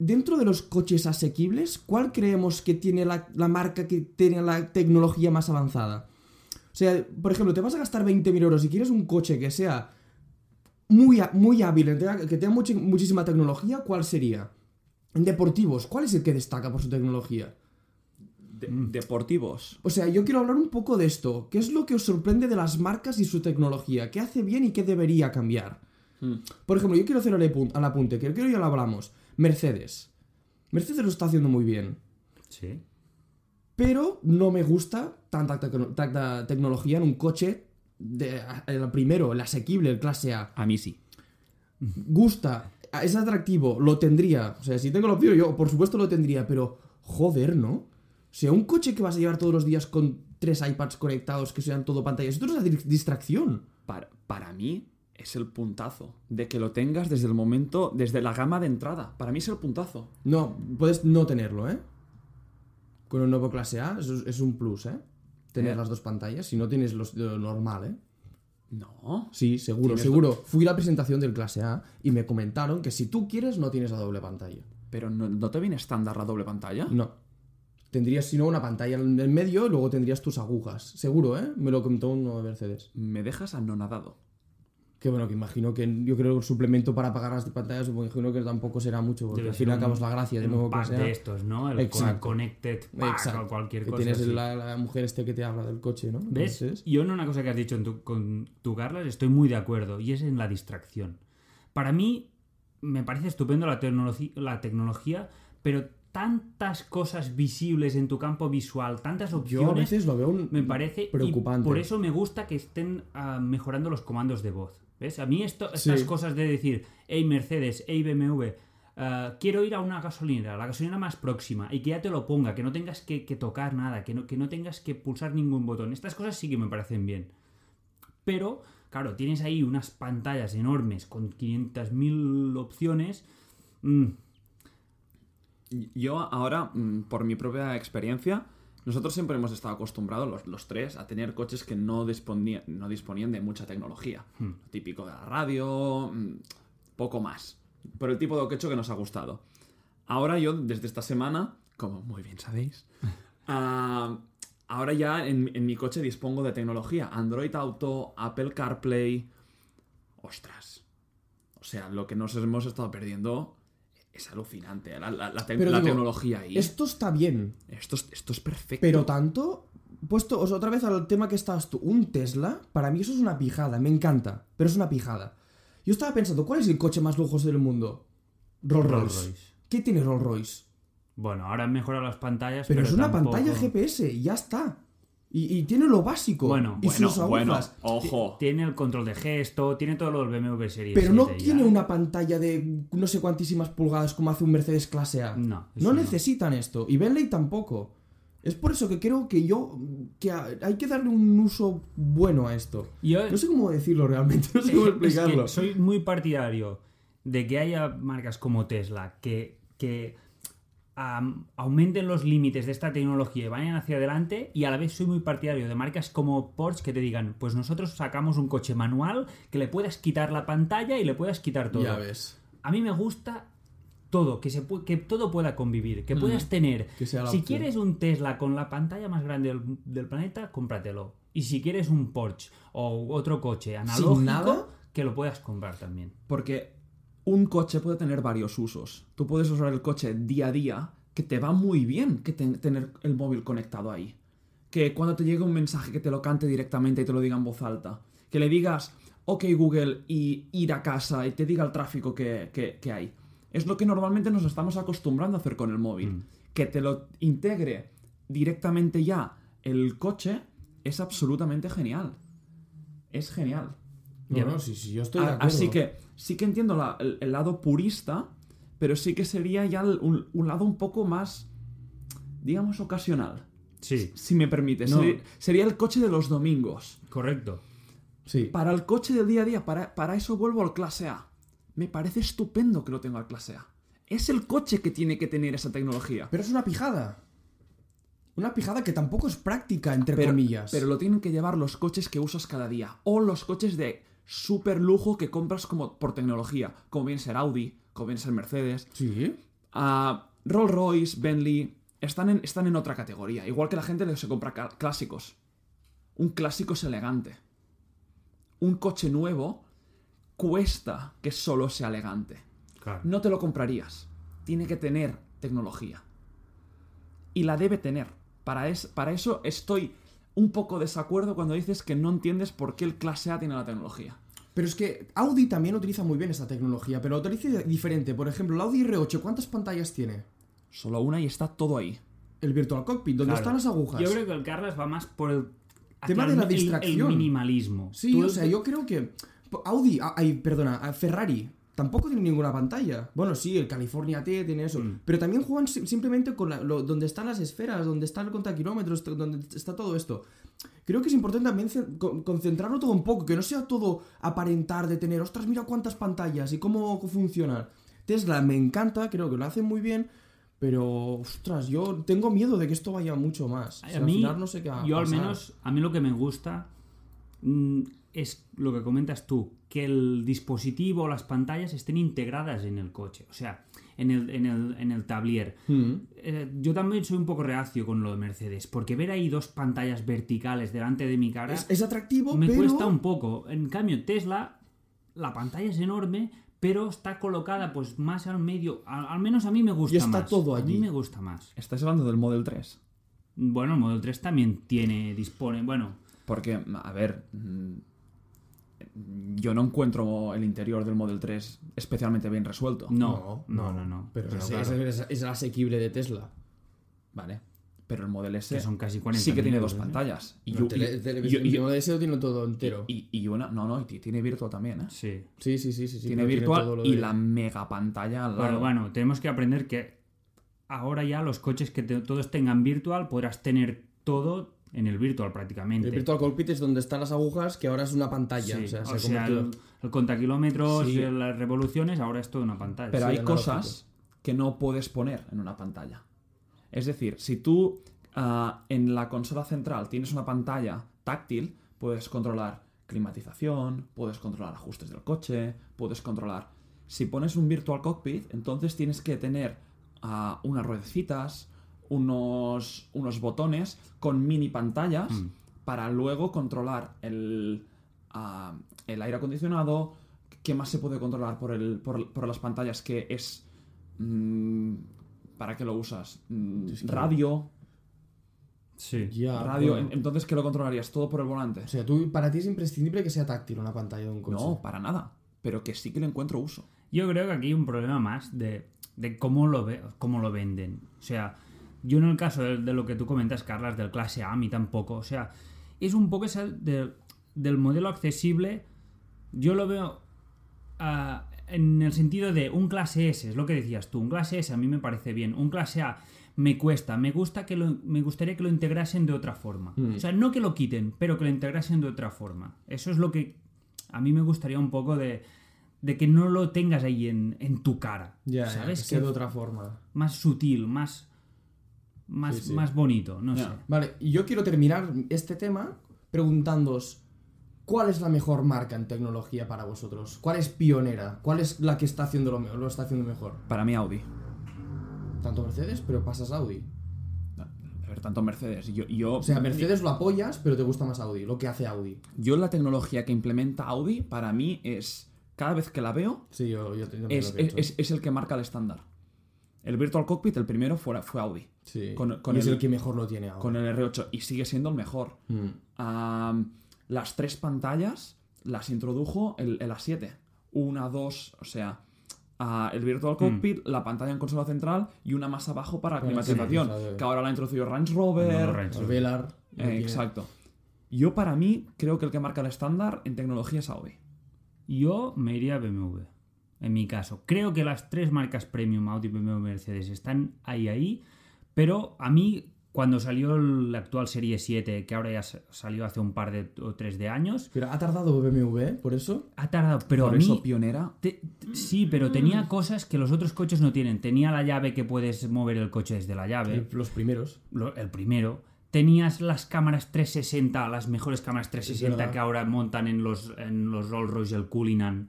B: dentro de los coches asequibles, ¿cuál creemos que tiene la, la marca que tiene la tecnología más avanzada? O sea, por ejemplo, te vas a gastar 20.000 euros y quieres un coche que sea muy, há- muy hábil, que tenga, que tenga muchi- muchísima tecnología, ¿cuál sería? En deportivos, ¿cuál es el que destaca por su tecnología?
A: De- Deportivos.
B: O sea, yo quiero hablar un poco de esto. ¿Qué es lo que os sorprende de las marcas y su tecnología? ¿Qué hace bien y qué debería cambiar? Por ejemplo, yo quiero hacer el, apun- al apunte, que creo que ya lo hablamos. Mercedes. Mercedes lo está haciendo muy bien.
C: Sí.
B: Pero no me gusta tanta, tecno- tanta tecnología en un coche. De, eh, el primero, el asequible, el clase A.
A: A mí sí.
B: Gusta, es atractivo, lo tendría. O sea, si tengo la opción, yo por supuesto lo tendría, pero joder, ¿no? O sea, un coche que vas a llevar todos los días con tres iPads conectados que sean todo pantallas, esto es una dir- distracción.
A: Para, para mí es el puntazo de que lo tengas desde el momento, desde la gama de entrada. Para mí es el puntazo.
B: No, puedes no tenerlo, ¿eh? Con un nuevo clase A es, es un plus, ¿eh? Tener
A: Eh.
B: las dos pantallas, si no tienes los- lo normal, ¿eh?
A: No.
B: Sí, seguro,
A: Tienes
B: seguro. Fui a la presentación del clase A y me comentaron que si tú quieres no tienes la doble pantalla.
A: Pero no, ¿no te viene estándar la doble pantalla.
B: No. Tendrías, si no, una pantalla en el medio y luego tendrías tus agujas. Seguro, ¿eh? Me lo comentó uno de Mercedes.
A: Me dejas anonadado.
B: Que bueno, que imagino que yo creo que el suplemento para pagar las pantallas, me imagino que tampoco será mucho, porque
C: Debe
B: al
C: ser
B: fin y al
C: un-
B: cabo es la gracia de
C: un
B: nuevo
C: pack
B: clase
C: de
B: A.
C: estos, ¿no? El
B: Exacto.
C: Connected pack o cualquier
B: Que
C: cosa.
B: tienes
C: así.
B: la, la mujer este que te habla del coche, ¿no?
C: ¿Ves?
B: Entonces-
C: Yo en una cosa que has dicho en tu- con tu Carlas estoy muy de acuerdo y es en la distracción. Para mí me parece estupendo la, tecnologi- la tecnología, pero tantas cosas visibles en tu campo visual, tantas
B: yo a
C: opciones,
B: veces lo veo un-
C: me parece Y
B: preocupante.
C: por eso me gusta que estén ah, mejorando los comandos de voz. ¿Ves? A mí esto, estas
B: Sí.
C: cosas de decir, hey Mercedes, hey BMW, ah, quiero ir a una gasolinera, la gasolinera más próxima, y que ya te lo ponga, que no tengas que, que tocar nada, que no, que no tengas que pulsar ningún botón. Estas cosas sí que me parecen bien. Pero, claro, tienes ahí unas pantallas enormes con 500.000 opciones. Mm,
A: Yo ahora, mm, por mi propia experiencia, nosotros siempre hemos estado acostumbrados, los, los tres, a tener coches que no disponían, no disponían de mucha tecnología. Lo típico de la radio, mm, poco más. Pero el tipo de coche que nos ha gustado. Ahora yo, desde esta semana, como muy bien sabéis, ah, ahora ya en, en mi coche dispongo de tecnología. Android Auto, Apple CarPlay... Ostras. O sea, lo que nos hemos estado perdiendo es alucinante. La, la- la te-
B: Pero
A: la
B: digo,
A: tecnología ahí.
B: Esto está bien,
A: Esto, es, esto es perfecto.
B: Pero tanto, puesto o sea, otra vez al tema que estabas tú, un Tesla, para mí eso es una pijada, me encanta, pero es una pijada. Yo estaba pensando, ¿cuál es el coche más lujoso del mundo? Rolls Royce.
C: Rolls-Royce.
B: ¿Qué tiene Rolls Royce?
C: Bueno, ahora han mejorado las pantallas.
B: Pero,
C: Pero,
B: es una
C: tampoco-
B: pantalla GPS, y ya está. Y, y tiene lo básico.
C: Bueno,
B: y
A: bueno,
B: sus
A: bueno,
B: agujas.
A: ojo.
C: Tiene el control de gesto, tiene todos los BMW Series.
B: Pero no
C: 7 ya.
B: tiene una pantalla de no sé cuantísimas pulgadas como hace un Mercedes clase A.
C: No, eso
B: No
C: no.
B: necesitan esto. Y Bentley tampoco. Es por eso que creo que yo. que a- hay que darle un uso bueno a esto.
C: Yo-
B: No sé cómo decirlo realmente, no sé cómo
C: es que
B: explicarlo.
C: soy muy partidario de que haya marcas como Tesla que, que am, aumenten los límites de esta tecnología y vayan hacia adelante. Y a la vez soy muy partidario de marcas como Porsche que te digan: Pues nosotros sacamos un coche manual que le puedas quitar la pantalla y le puedas quitar todo.
B: Ya ves.
C: A mí me gusta todo, que, se pu- que todo pueda convivir, que puedas tener.
B: Mm. Que sea la
C: si
B: opción.
C: quieres un Tesla con la pantalla más grande del, del planeta, cómpratelo. Y si quieres un Porsche o otro coche analógico,
B: nada?
C: que lo puedas comprar también.
A: Porque un coche puede tener varios usos. Tú puedes usar el coche día a día, que te va muy bien que ten- tener el móvil conectado ahí. Que cuando te llegue un mensaje que te lo cante directamente y te lo diga en voz alta. Que le digas, ok Google, y ir a casa y te diga el tráfico que, que- que hay. Es lo que normalmente nos estamos acostumbrando a hacer con el móvil. Que te lo integre directamente ya el coche es absolutamente genial. Es genial.
B: No,
C: Ya
B: no,
C: ves.
B: sí, sí, yo estoy de
A: A-
B: acuerdo.
A: Así que Ah, sí que entiendo la- el, el lado purista, pero sí que sería ya el- un, un lado un poco más, digamos, ocasional,
C: Sí,
A: si me permite.
B: No.
A: Sería, sería el coche de los domingos.
C: correcto.
B: Sí.
A: Para el coche del día a día, para, para eso vuelvo al clase A. Me parece estupendo que lo tenga al clase A. Es el coche que tiene que tener esa tecnología.
B: Pero es una pijada. Una pijada que tampoco es práctica, entre
A: Pero,
B: comillas.
A: pero lo tienen que llevar los coches que usas cada día. O los coches de super lujo que compras como por tecnología. Como bien ser Audi, como bien ser Mercedes.
B: Sí.
A: a Rolls Royce, Bentley, están en, están en otra categoría. Igual que la gente que se compra ca- clásicos. Un clásico es elegante. Un coche nuevo cuesta que solo sea elegante.
C: Claro.
A: No te lo comprarías. Tiene que tener tecnología. Y la debe tener. Para, es- para eso estoy un poco desacuerdo cuando dices que no entiendes por qué el clase A tiene la tecnología.
B: Pero es que Audi también utiliza muy bien esta tecnología, pero la utiliza diferente. Por ejemplo, el Audi R8, ¿cuántas pantallas tiene?
A: Solo una y está todo ahí.
B: El Virtual Cockpit, donde
C: Claro.
B: están las agujas.
C: Yo creo que el Carlas va más por el
B: Tema de la
C: el- El,
B: distracción.
C: minimalismo.
B: Sí,
C: Tú-
B: o sea, yo creo que po- Audi, a- ay, perdona, a Ferrari tampoco tiene ninguna pantalla. Bueno, sí, el California T tiene eso,
C: Mm.
B: pero también juegan si- simplemente con la- lo- donde están las esferas, donde está el contakilómetros, t- donde está todo esto. Creo que es importante también ce- co- concentrarlo todo un poco, que no sea todo aparentar de tener, ostras, mira cuántas pantallas y cómo funcionan. Tesla me encanta, creo que lo hacen muy bien, pero ostras, yo tengo miedo de que esto vaya mucho más. O sea,
C: a mí,
B: al final no sé qué va a
C: yo al
B: pasar.
C: menos, a mí lo que me gusta mm, es lo que comentas tú, que el dispositivo o las pantallas estén integradas en el coche, o sea, en el, en el, en el tablier.
B: Mm.
C: Eh, yo también soy un poco reacio con lo de Mercedes, porque ver ahí dos pantallas verticales delante de mi cara
B: Es, es atractivo,
C: me
B: pero...
C: cuesta un poco. En cambio, Tesla, la pantalla es enorme, pero está colocada pues más al medio, al, al menos a mí me gusta
B: Y está
C: más.
B: todo
C: A mí
B: allí.
C: me gusta más.
A: Estás hablando del Model 3.
C: Bueno, el Model 3 también tiene, dispone, bueno,
A: Porque, a ver, mm, yo no encuentro el interior del Model 3 especialmente bien resuelto.
C: No, no, no, no.
B: Pero, es,
C: claro,
B: es- es- es asequible de Tesla.
A: Vale. Pero el Model S
C: que son casi 40
A: sí que tiene dos
C: euros, ¿eh?
A: pantallas. Y,
B: Y yo,
A: yo- y- y- y-
B: lo tiene todo entero.
A: y- y una... No, no, y ti- tiene virtual también, ¿eh?
C: Sí.
B: sí, sí, sí, sí. sí,
A: tiene
B: pero
A: virtual
B: todo lo
A: y
B: de-
A: la mega pantalla al
C: Bueno,
A: lado.
C: bueno, tenemos que aprender que ahora ya los coches que te- todos tengan virtual podrás tener todo en el virtual prácticamente.
B: El virtual cockpit es donde están las agujas, que ahora es una pantalla.
C: Sí,
B: O sea, se
C: o
B: ha
C: sea,
B: convertido-
C: el, el contakilómetros,
B: Sí.
C: eh, las revoluciones, ahora es toda una pantalla.
A: Pero
B: Sí,
A: hay
B: analógico.
A: cosas que no puedes poner en una pantalla. Es decir, si tú ah, en la consola central tienes una pantalla táctil, puedes controlar climatización, puedes controlar ajustes del coche, puedes controlar... Si pones un virtual cockpit, entonces tienes que tener ah, unas ruedecitas, unos, unos botones con mini pantallas
C: Mm.
A: para luego controlar el, ah, el aire acondicionado, qué más se puede controlar por, el, por, por las pantallas que es... mm, ¿Para qué lo usas? Mm,
B: Es que-
A: radio,
C: Sí.
B: Ya,
A: radio.
B: bueno.
A: en- Entonces, ¿qué lo controlarías? ¿Todo por el volante?
B: O sea, tú, para ti es imprescindible que sea táctil una pantalla de un coche.
A: No, para nada. Pero que sí que le encuentro uso.
C: Yo creo que aquí hay un problema más de, de cómo, lo ve- cómo lo venden. O sea, yo en el caso de, de lo que tú comentas, Carlas, del clase A, a mí tampoco. O sea, es un poco esa de- del modelo accesible. Yo lo veo ah, en el sentido de un clase S, es lo que decías tú. Un clase S a mí me parece bien. Un clase A me cuesta. Me, gusta que lo- me gustaría que lo integrasen de otra forma.
B: Mm.
C: O sea, no que lo quiten, pero que lo integrasen de otra forma. Eso es lo que a mí me gustaría un poco de, de que no lo tengas ahí en, en tu cara.
B: Ya, ya,
C: ¿Sabes?
B: que sea
C: Que
B: de otra forma.
C: Más sutil, más, más,
B: Sí, sí.
C: más bonito, no
A: Ya.
C: sé.
B: Vale, y yo quiero terminar este tema preguntándoos ¿Cuál es la mejor marca en tecnología para vosotros? ¿Cuál es pionera? ¿Cuál es la que está haciendo lo, me- lo está haciendo mejor?
A: Para mí Audi.
B: Tanto Mercedes, pero pasas Audi.
A: A ver, tanto Mercedes. Yo, yo,
B: O sea, Mercedes lo apoyas, pero te gusta más Audi, lo que hace Audi.
A: yo la tecnología que implementa Audi para mí es, cada vez que la veo,
B: Sí, yo, yo te- yo me
A: es,
B: lo
A: es,
B: pienso.
A: es- es el que marca el estándar. El Virtual Cockpit, el primero, fue, fue Audi,
B: Sí.
A: con- con
B: Y es
A: el-
B: el que mejor lo tiene ahora.
A: con el R8, y sigue siendo el mejor.
B: Mm.
A: Am, las tres pantallas las introdujo el, el A7. Una, dos, o sea, ah, el
C: Mm.
A: Virtual Cockpit, la pantalla en consola central y una más abajo para
B: Para
A: climatización.
B: climatizador.
A: Que ahora la ha introducido Range Rover.
C: No, Range
B: El
C: Rover.
B: Pues Velar.
A: eh,
B: lo tiene.
A: exacto. Yo, para mí, creo que el que marca el estándar en tecnología es Audi.
C: Yo me iría a BMW. En mi caso, creo que las tres marcas premium, Audi, BMW, Mercedes, están ahí, ahí. Pero a mí, cuando salió la actual Serie 7, que ahora ya sa- salió hace un par de o tres de años,
B: Pero ha tardado BMW, ¿eh? por eso.
C: ha tardado. Pero
A: Por
C: a
A: eso,
C: mí,
A: pionera.
C: Te- te- sí, pero tenía cosas que los otros coches no tienen. Tenía la llave que puedes mover el coche desde la llave,
B: el- Los primeros.
C: lo- el primero. Tenías las cámaras 360, las mejores cámaras 360
B: verdad.
C: que ahora montan en los, en los Rolls Royce del Cullinan.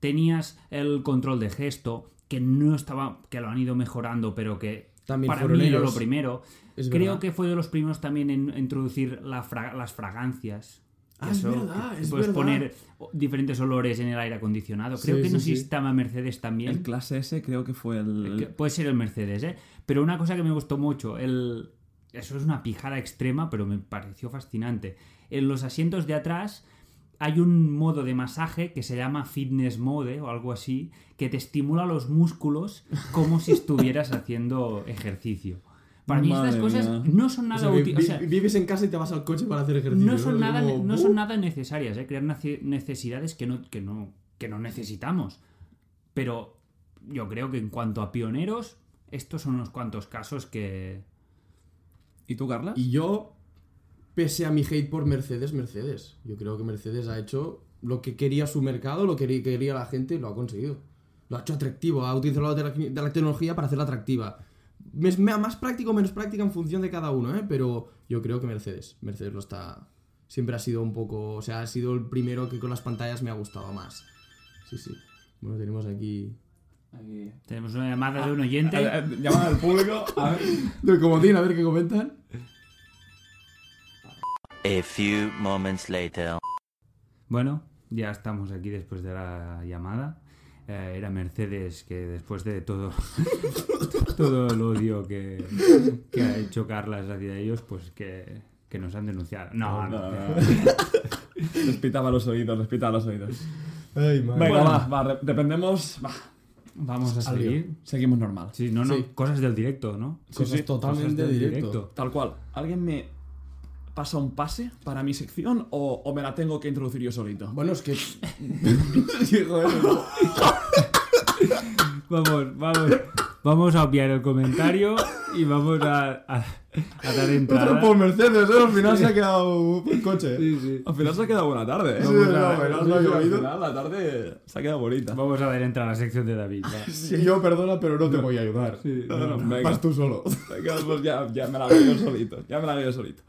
C: Tenías el control de gesto, que no estaba, que lo han ido mejorando, pero que
B: También
C: para
B: fueron
C: mí era
B: ellos.
C: lo primero.
B: Es
C: Creo
B: verdad.
C: que fue de los primeros también en introducir la fra- las fragancias.
B: Ah, es verdad,
C: que
B: es
C: puedes
B: verdad.
C: poner diferentes olores en el aire acondicionado. Creo
B: Sí,
C: que
B: sí,
C: no
B: sí.
C: sé si estaba Mercedes también.
A: El clase S creo que fue el.
C: Que puede ser el Mercedes, ¿eh? Pero una cosa que me gustó mucho, el... eso es una pijada extrema, pero me pareció fascinante. En los asientos de atrás hay un modo de masaje que se llama fitness mode o algo así, que te estimula los músculos como si estuvieras haciendo ejercicio. Para mí estas
A: Madre
C: cosas
A: mía.
C: no son
B: O
C: nada
B: sea, que
C: útiles.
B: vi- vives en casa y te vas al coche para hacer ejercicio.
C: no son,
B: Es
C: nada,
B: como,
C: no
B: ¡uh!
C: son nada necesarias, ¿eh? crear nace- necesidades que no, que, no, que no necesitamos. Pero yo creo que en cuanto a pioneros, estos son unos cuantos casos que...
A: ¿Y tú, Carla?
B: Y yo, pese a mi hate por Mercedes, Mercedes. Yo creo que Mercedes ha hecho lo que quería su mercado, lo que quería- quería la gente y lo ha conseguido. Lo ha hecho atractivo, ha utilizado la tec- de la tecnología para hacerla atractiva. Es me- más práctico o menos práctica en función de cada uno, ¿eh? pero yo creo que Mercedes. Mercedes lo está. Siempre ha sido un poco. O sea, ha sido el primero que con las pantallas me ha gustado más. Sí, sí. Bueno, tenemos aquí.
C: Tenemos una llamada de un oyente.
A: ah, Llamada eh, al público. A ver.
B: Del comodín, a ver qué comentan.
D: A few moments later.
C: Bueno, ya estamos aquí después de la llamada. Eh, era Mercedes que después de todo todo el odio que, que ha hecho Carlas hacia ellos, pues que, que nos han denunciado. No, no,
A: Les pitaba los oídos, les pitaba los oídos.
B: Ay,
A: Venga, va, va, re- dependemos. Va,
C: Vamos a
B: Al lío.
C: seguir.
A: seguimos normal.
C: Sí, no, no,
B: Sí.
C: cosas del directo, ¿no?
B: Cosas
A: sí,
B: totalmente
C: cosas del
B: directo.
C: directo.
A: Tal cual. ¿Alguien me pasa un pase para mi sección o, o me la tengo que introducir yo solito?
B: Bueno, es que. Sí, joder, no.
C: Vamos, vamos, vamos a obviar el comentario y vamos a, a, a dar
B: Otro
C: entrada.
B: por Mercedes, ¿eh? Al final se ha quedado por coche.
C: Sí, sí.
A: Al final se ha quedado buena tarde, ¿eh?
B: Sí, no, bueno, no, yo he
A: al
B: ido.
A: final la tarde se ha quedado bonita.
C: Vamos a dar entrada a la sección de David. va.
B: Sí, Yo perdona, pero no te voy a ayudar.
A: no, no, venga.
B: Vas tú solo.
A: Venga, pues ya, ya me la veo yo solito. Ya me la veo yo solito.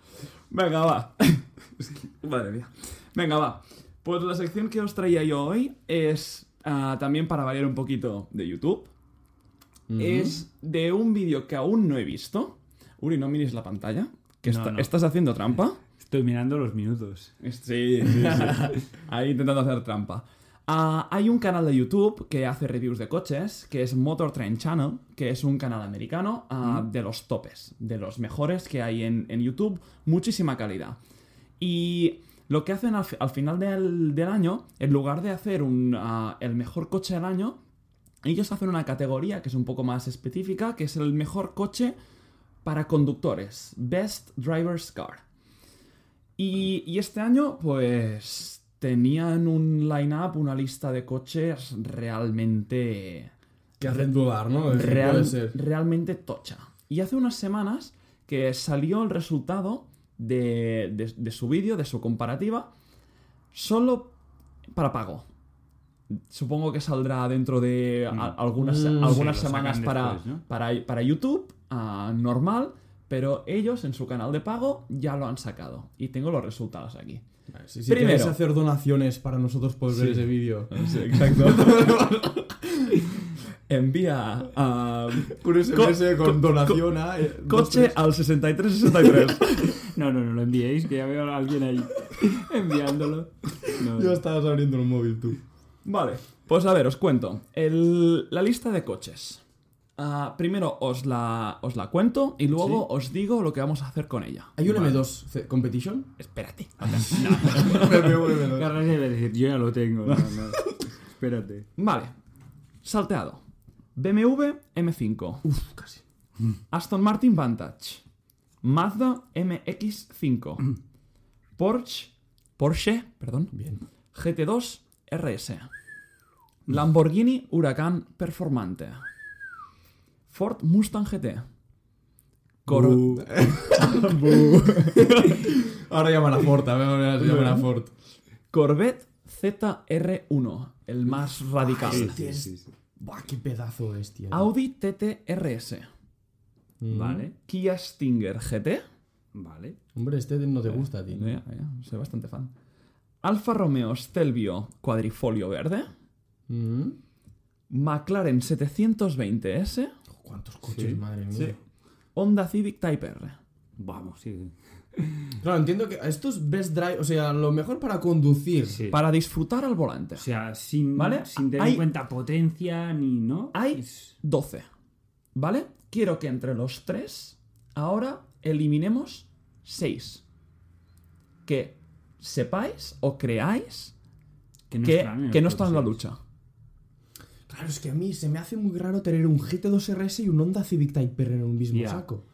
A: Venga, va. Es que, Madre mía. Venga, va. Pues la sección que os traía yo hoy es ah, también para variar un poquito de YouTube. Es de un vídeo que aún no he visto. Uri, no mires la pantalla. Que
C: No,
A: está-
C: no.
A: estás haciendo trampa.
C: Estoy mirando los minutos.
A: Sí, sí, sí. Ahí intentando hacer trampa. Ah, hay un canal de YouTube que hace reviews de coches, que es Motor Trend Channel, que es un canal americano ah, de los topes, de los mejores que hay en, en YouTube, muchísima calidad. Y lo que hacen al, fi- al final del, del año, en lugar de hacer un, ah, el mejor coche del año, ellos hacen una categoría que es un poco más específica, que es el mejor coche para conductores, Best Driver's Car. Y, y este año, pues, tenían un line-up, una lista de coches realmente...
B: Que hacen dudar, ¿no? De si
A: real-
B: puede ser.
A: realmente tocha. Y hace unas semanas que salió el resultado de, de- de su vídeo, de su comparativa, solo para pago. Supongo que saldrá dentro de a-
C: Mm.
A: algunas,
B: Mm,
C: sí, lo
A: algunas
C: sacan
A: semanas para,
C: después, ¿no?
A: para, para YouTube, ah, normal, pero ellos en su canal de pago ya lo han sacado. Y tengo los resultados aquí.
B: Vale, sí, sí,
A: Primero.
B: queréis hacer donaciones para nosotros poder ver
A: Sí.
B: ese vídeo.
A: Sí, exacto. Envía a
B: Con
A: SMS,
B: con, donación ah, eh, a...
A: coche al 6363.
C: No, no, no lo enviéis, que ya veo a alguien ahí enviándolo. No,
B: Ya
C: no.
B: estabas abriendo el móvil tú.
A: Vale, pues a ver, os cuento. El- la lista de coches. Ah, primero os la, os la cuento y luego os digo lo que vamos a hacer con ella.
B: ¿Hay un M2 ce- Competition?
A: Espérate.
C: Carlos iba a decir, yo ya lo tengo. No, no. Espérate.
A: Vale, salteado. BMW M5.
B: Uf, casi.
A: Aston Martin Vantage. Mazda MX5.
B: Mm.
A: Porsche. Porsche, perdón.
B: Bien.
A: GT2 RS. Lamborghini Huracán Performante. Ford Mustang GT. Cor-
B: Uh. Ahora llaman a Ford, a ver, llaman a Ford.
A: Corvette ZR1, el más radical.
B: Buah, qué pedazo es, tío.
A: Audi TT RS.
B: Mm.
C: Vale,
A: Kia Stinger GT.
C: vale.
B: Hombre, este no te gusta, tío.
A: Ya, ya, Eh, soy bastante fan. Alfa Romeo Stelvio Cuadrifolio Verde.
B: Mm.
A: McLaren 720S.
B: ¿Cuántos coches, madre mía?
A: Honda Civic Type R.
C: Vamos, sí.
B: Claro, entiendo que esto es best drive, o sea, lo mejor para conducir.
C: sí.
A: Para disfrutar al volante.
C: O sea, sin,
A: ¿Vale?
C: sin tener
A: Hay-
C: en cuenta potencia ni no.
A: Hay
C: Es-
A: 12. ¿Vale? Quiero que entre los tres ahora eliminemos 6. Que sepáis o creáis
C: que no
A: que,
C: están el
A: que no
C: top
A: están en la
C: seis.
A: lucha.
B: Claro, es que a mí se me hace muy raro tener un GT2 RS y un Honda Civic Type R en un mismo
C: Ya.
B: saco.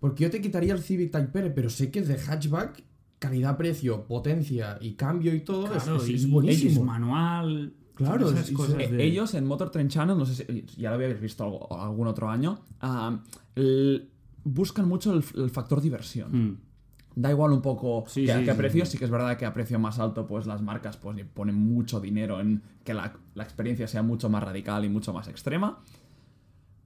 B: Porque yo te quitaría el Civic Type R, pero sé que de hatchback, calidad-precio, potencia y cambio y todo es-
C: Claro,
B: es,
C: y
B: es
C: es
B: buenísimo.
C: manual.
B: Claro,
C: todas
B: y-
C: esas
B: y-
C: cosas
A: Eh,
C: de-
A: Ellos en Motor Trend Channel, no sé si ya lo habéis visto algo- algún otro año, ah, el- buscan mucho el, el factor diversión.
C: Mm.
A: Da igual un poco
C: Sí,
A: que,
C: sí,
A: que a
C: sí,
A: precio,
C: sí.
A: sí que es verdad que a precio más alto, pues las marcas pues, ponen mucho dinero en que la, la experiencia sea mucho más radical y mucho más extrema.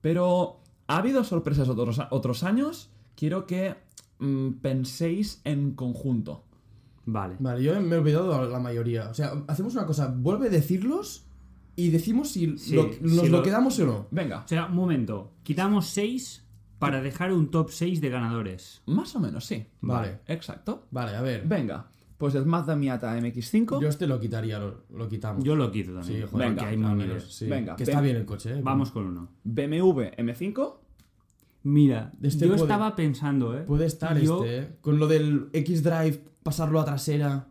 A: Pero ha habido sorpresas otros, otros años. Quiero que mm, penséis en conjunto.
C: Vale.
B: Vale, yo me he olvidado la mayoría. O sea, hacemos una cosa, vuelve a decirlos y decimos si
C: Sí,
B: lo-
C: si
B: nos lo,
C: lo-
B: quedamos o no.
A: Venga,
C: O sea, un momento. Quitamos 6 para dejar un top 6 de ganadores.
A: más o menos, sí.
B: Vale,
A: Exacto.
B: vale, a ver.
A: Venga, pues el Mazda Miata MX5.
B: Yo este lo quitaría, lo, lo quitamos.
C: Yo lo quito también.
B: Sí, joder,
A: Venga,
C: que hay
B: al
C: muy
B: menos,
C: nivel.
B: sí.
A: Venga,
B: que está
A: ven.
B: bien el coche, eh.
C: Vamos con uno.
A: BMW M5.
C: Mira,
B: Este
C: yo
B: puede-
C: estaba pensando, ¿eh?
B: Puede estar
C: Yo-
B: este, eh. Con lo del X-Drive, pasarlo a trasera,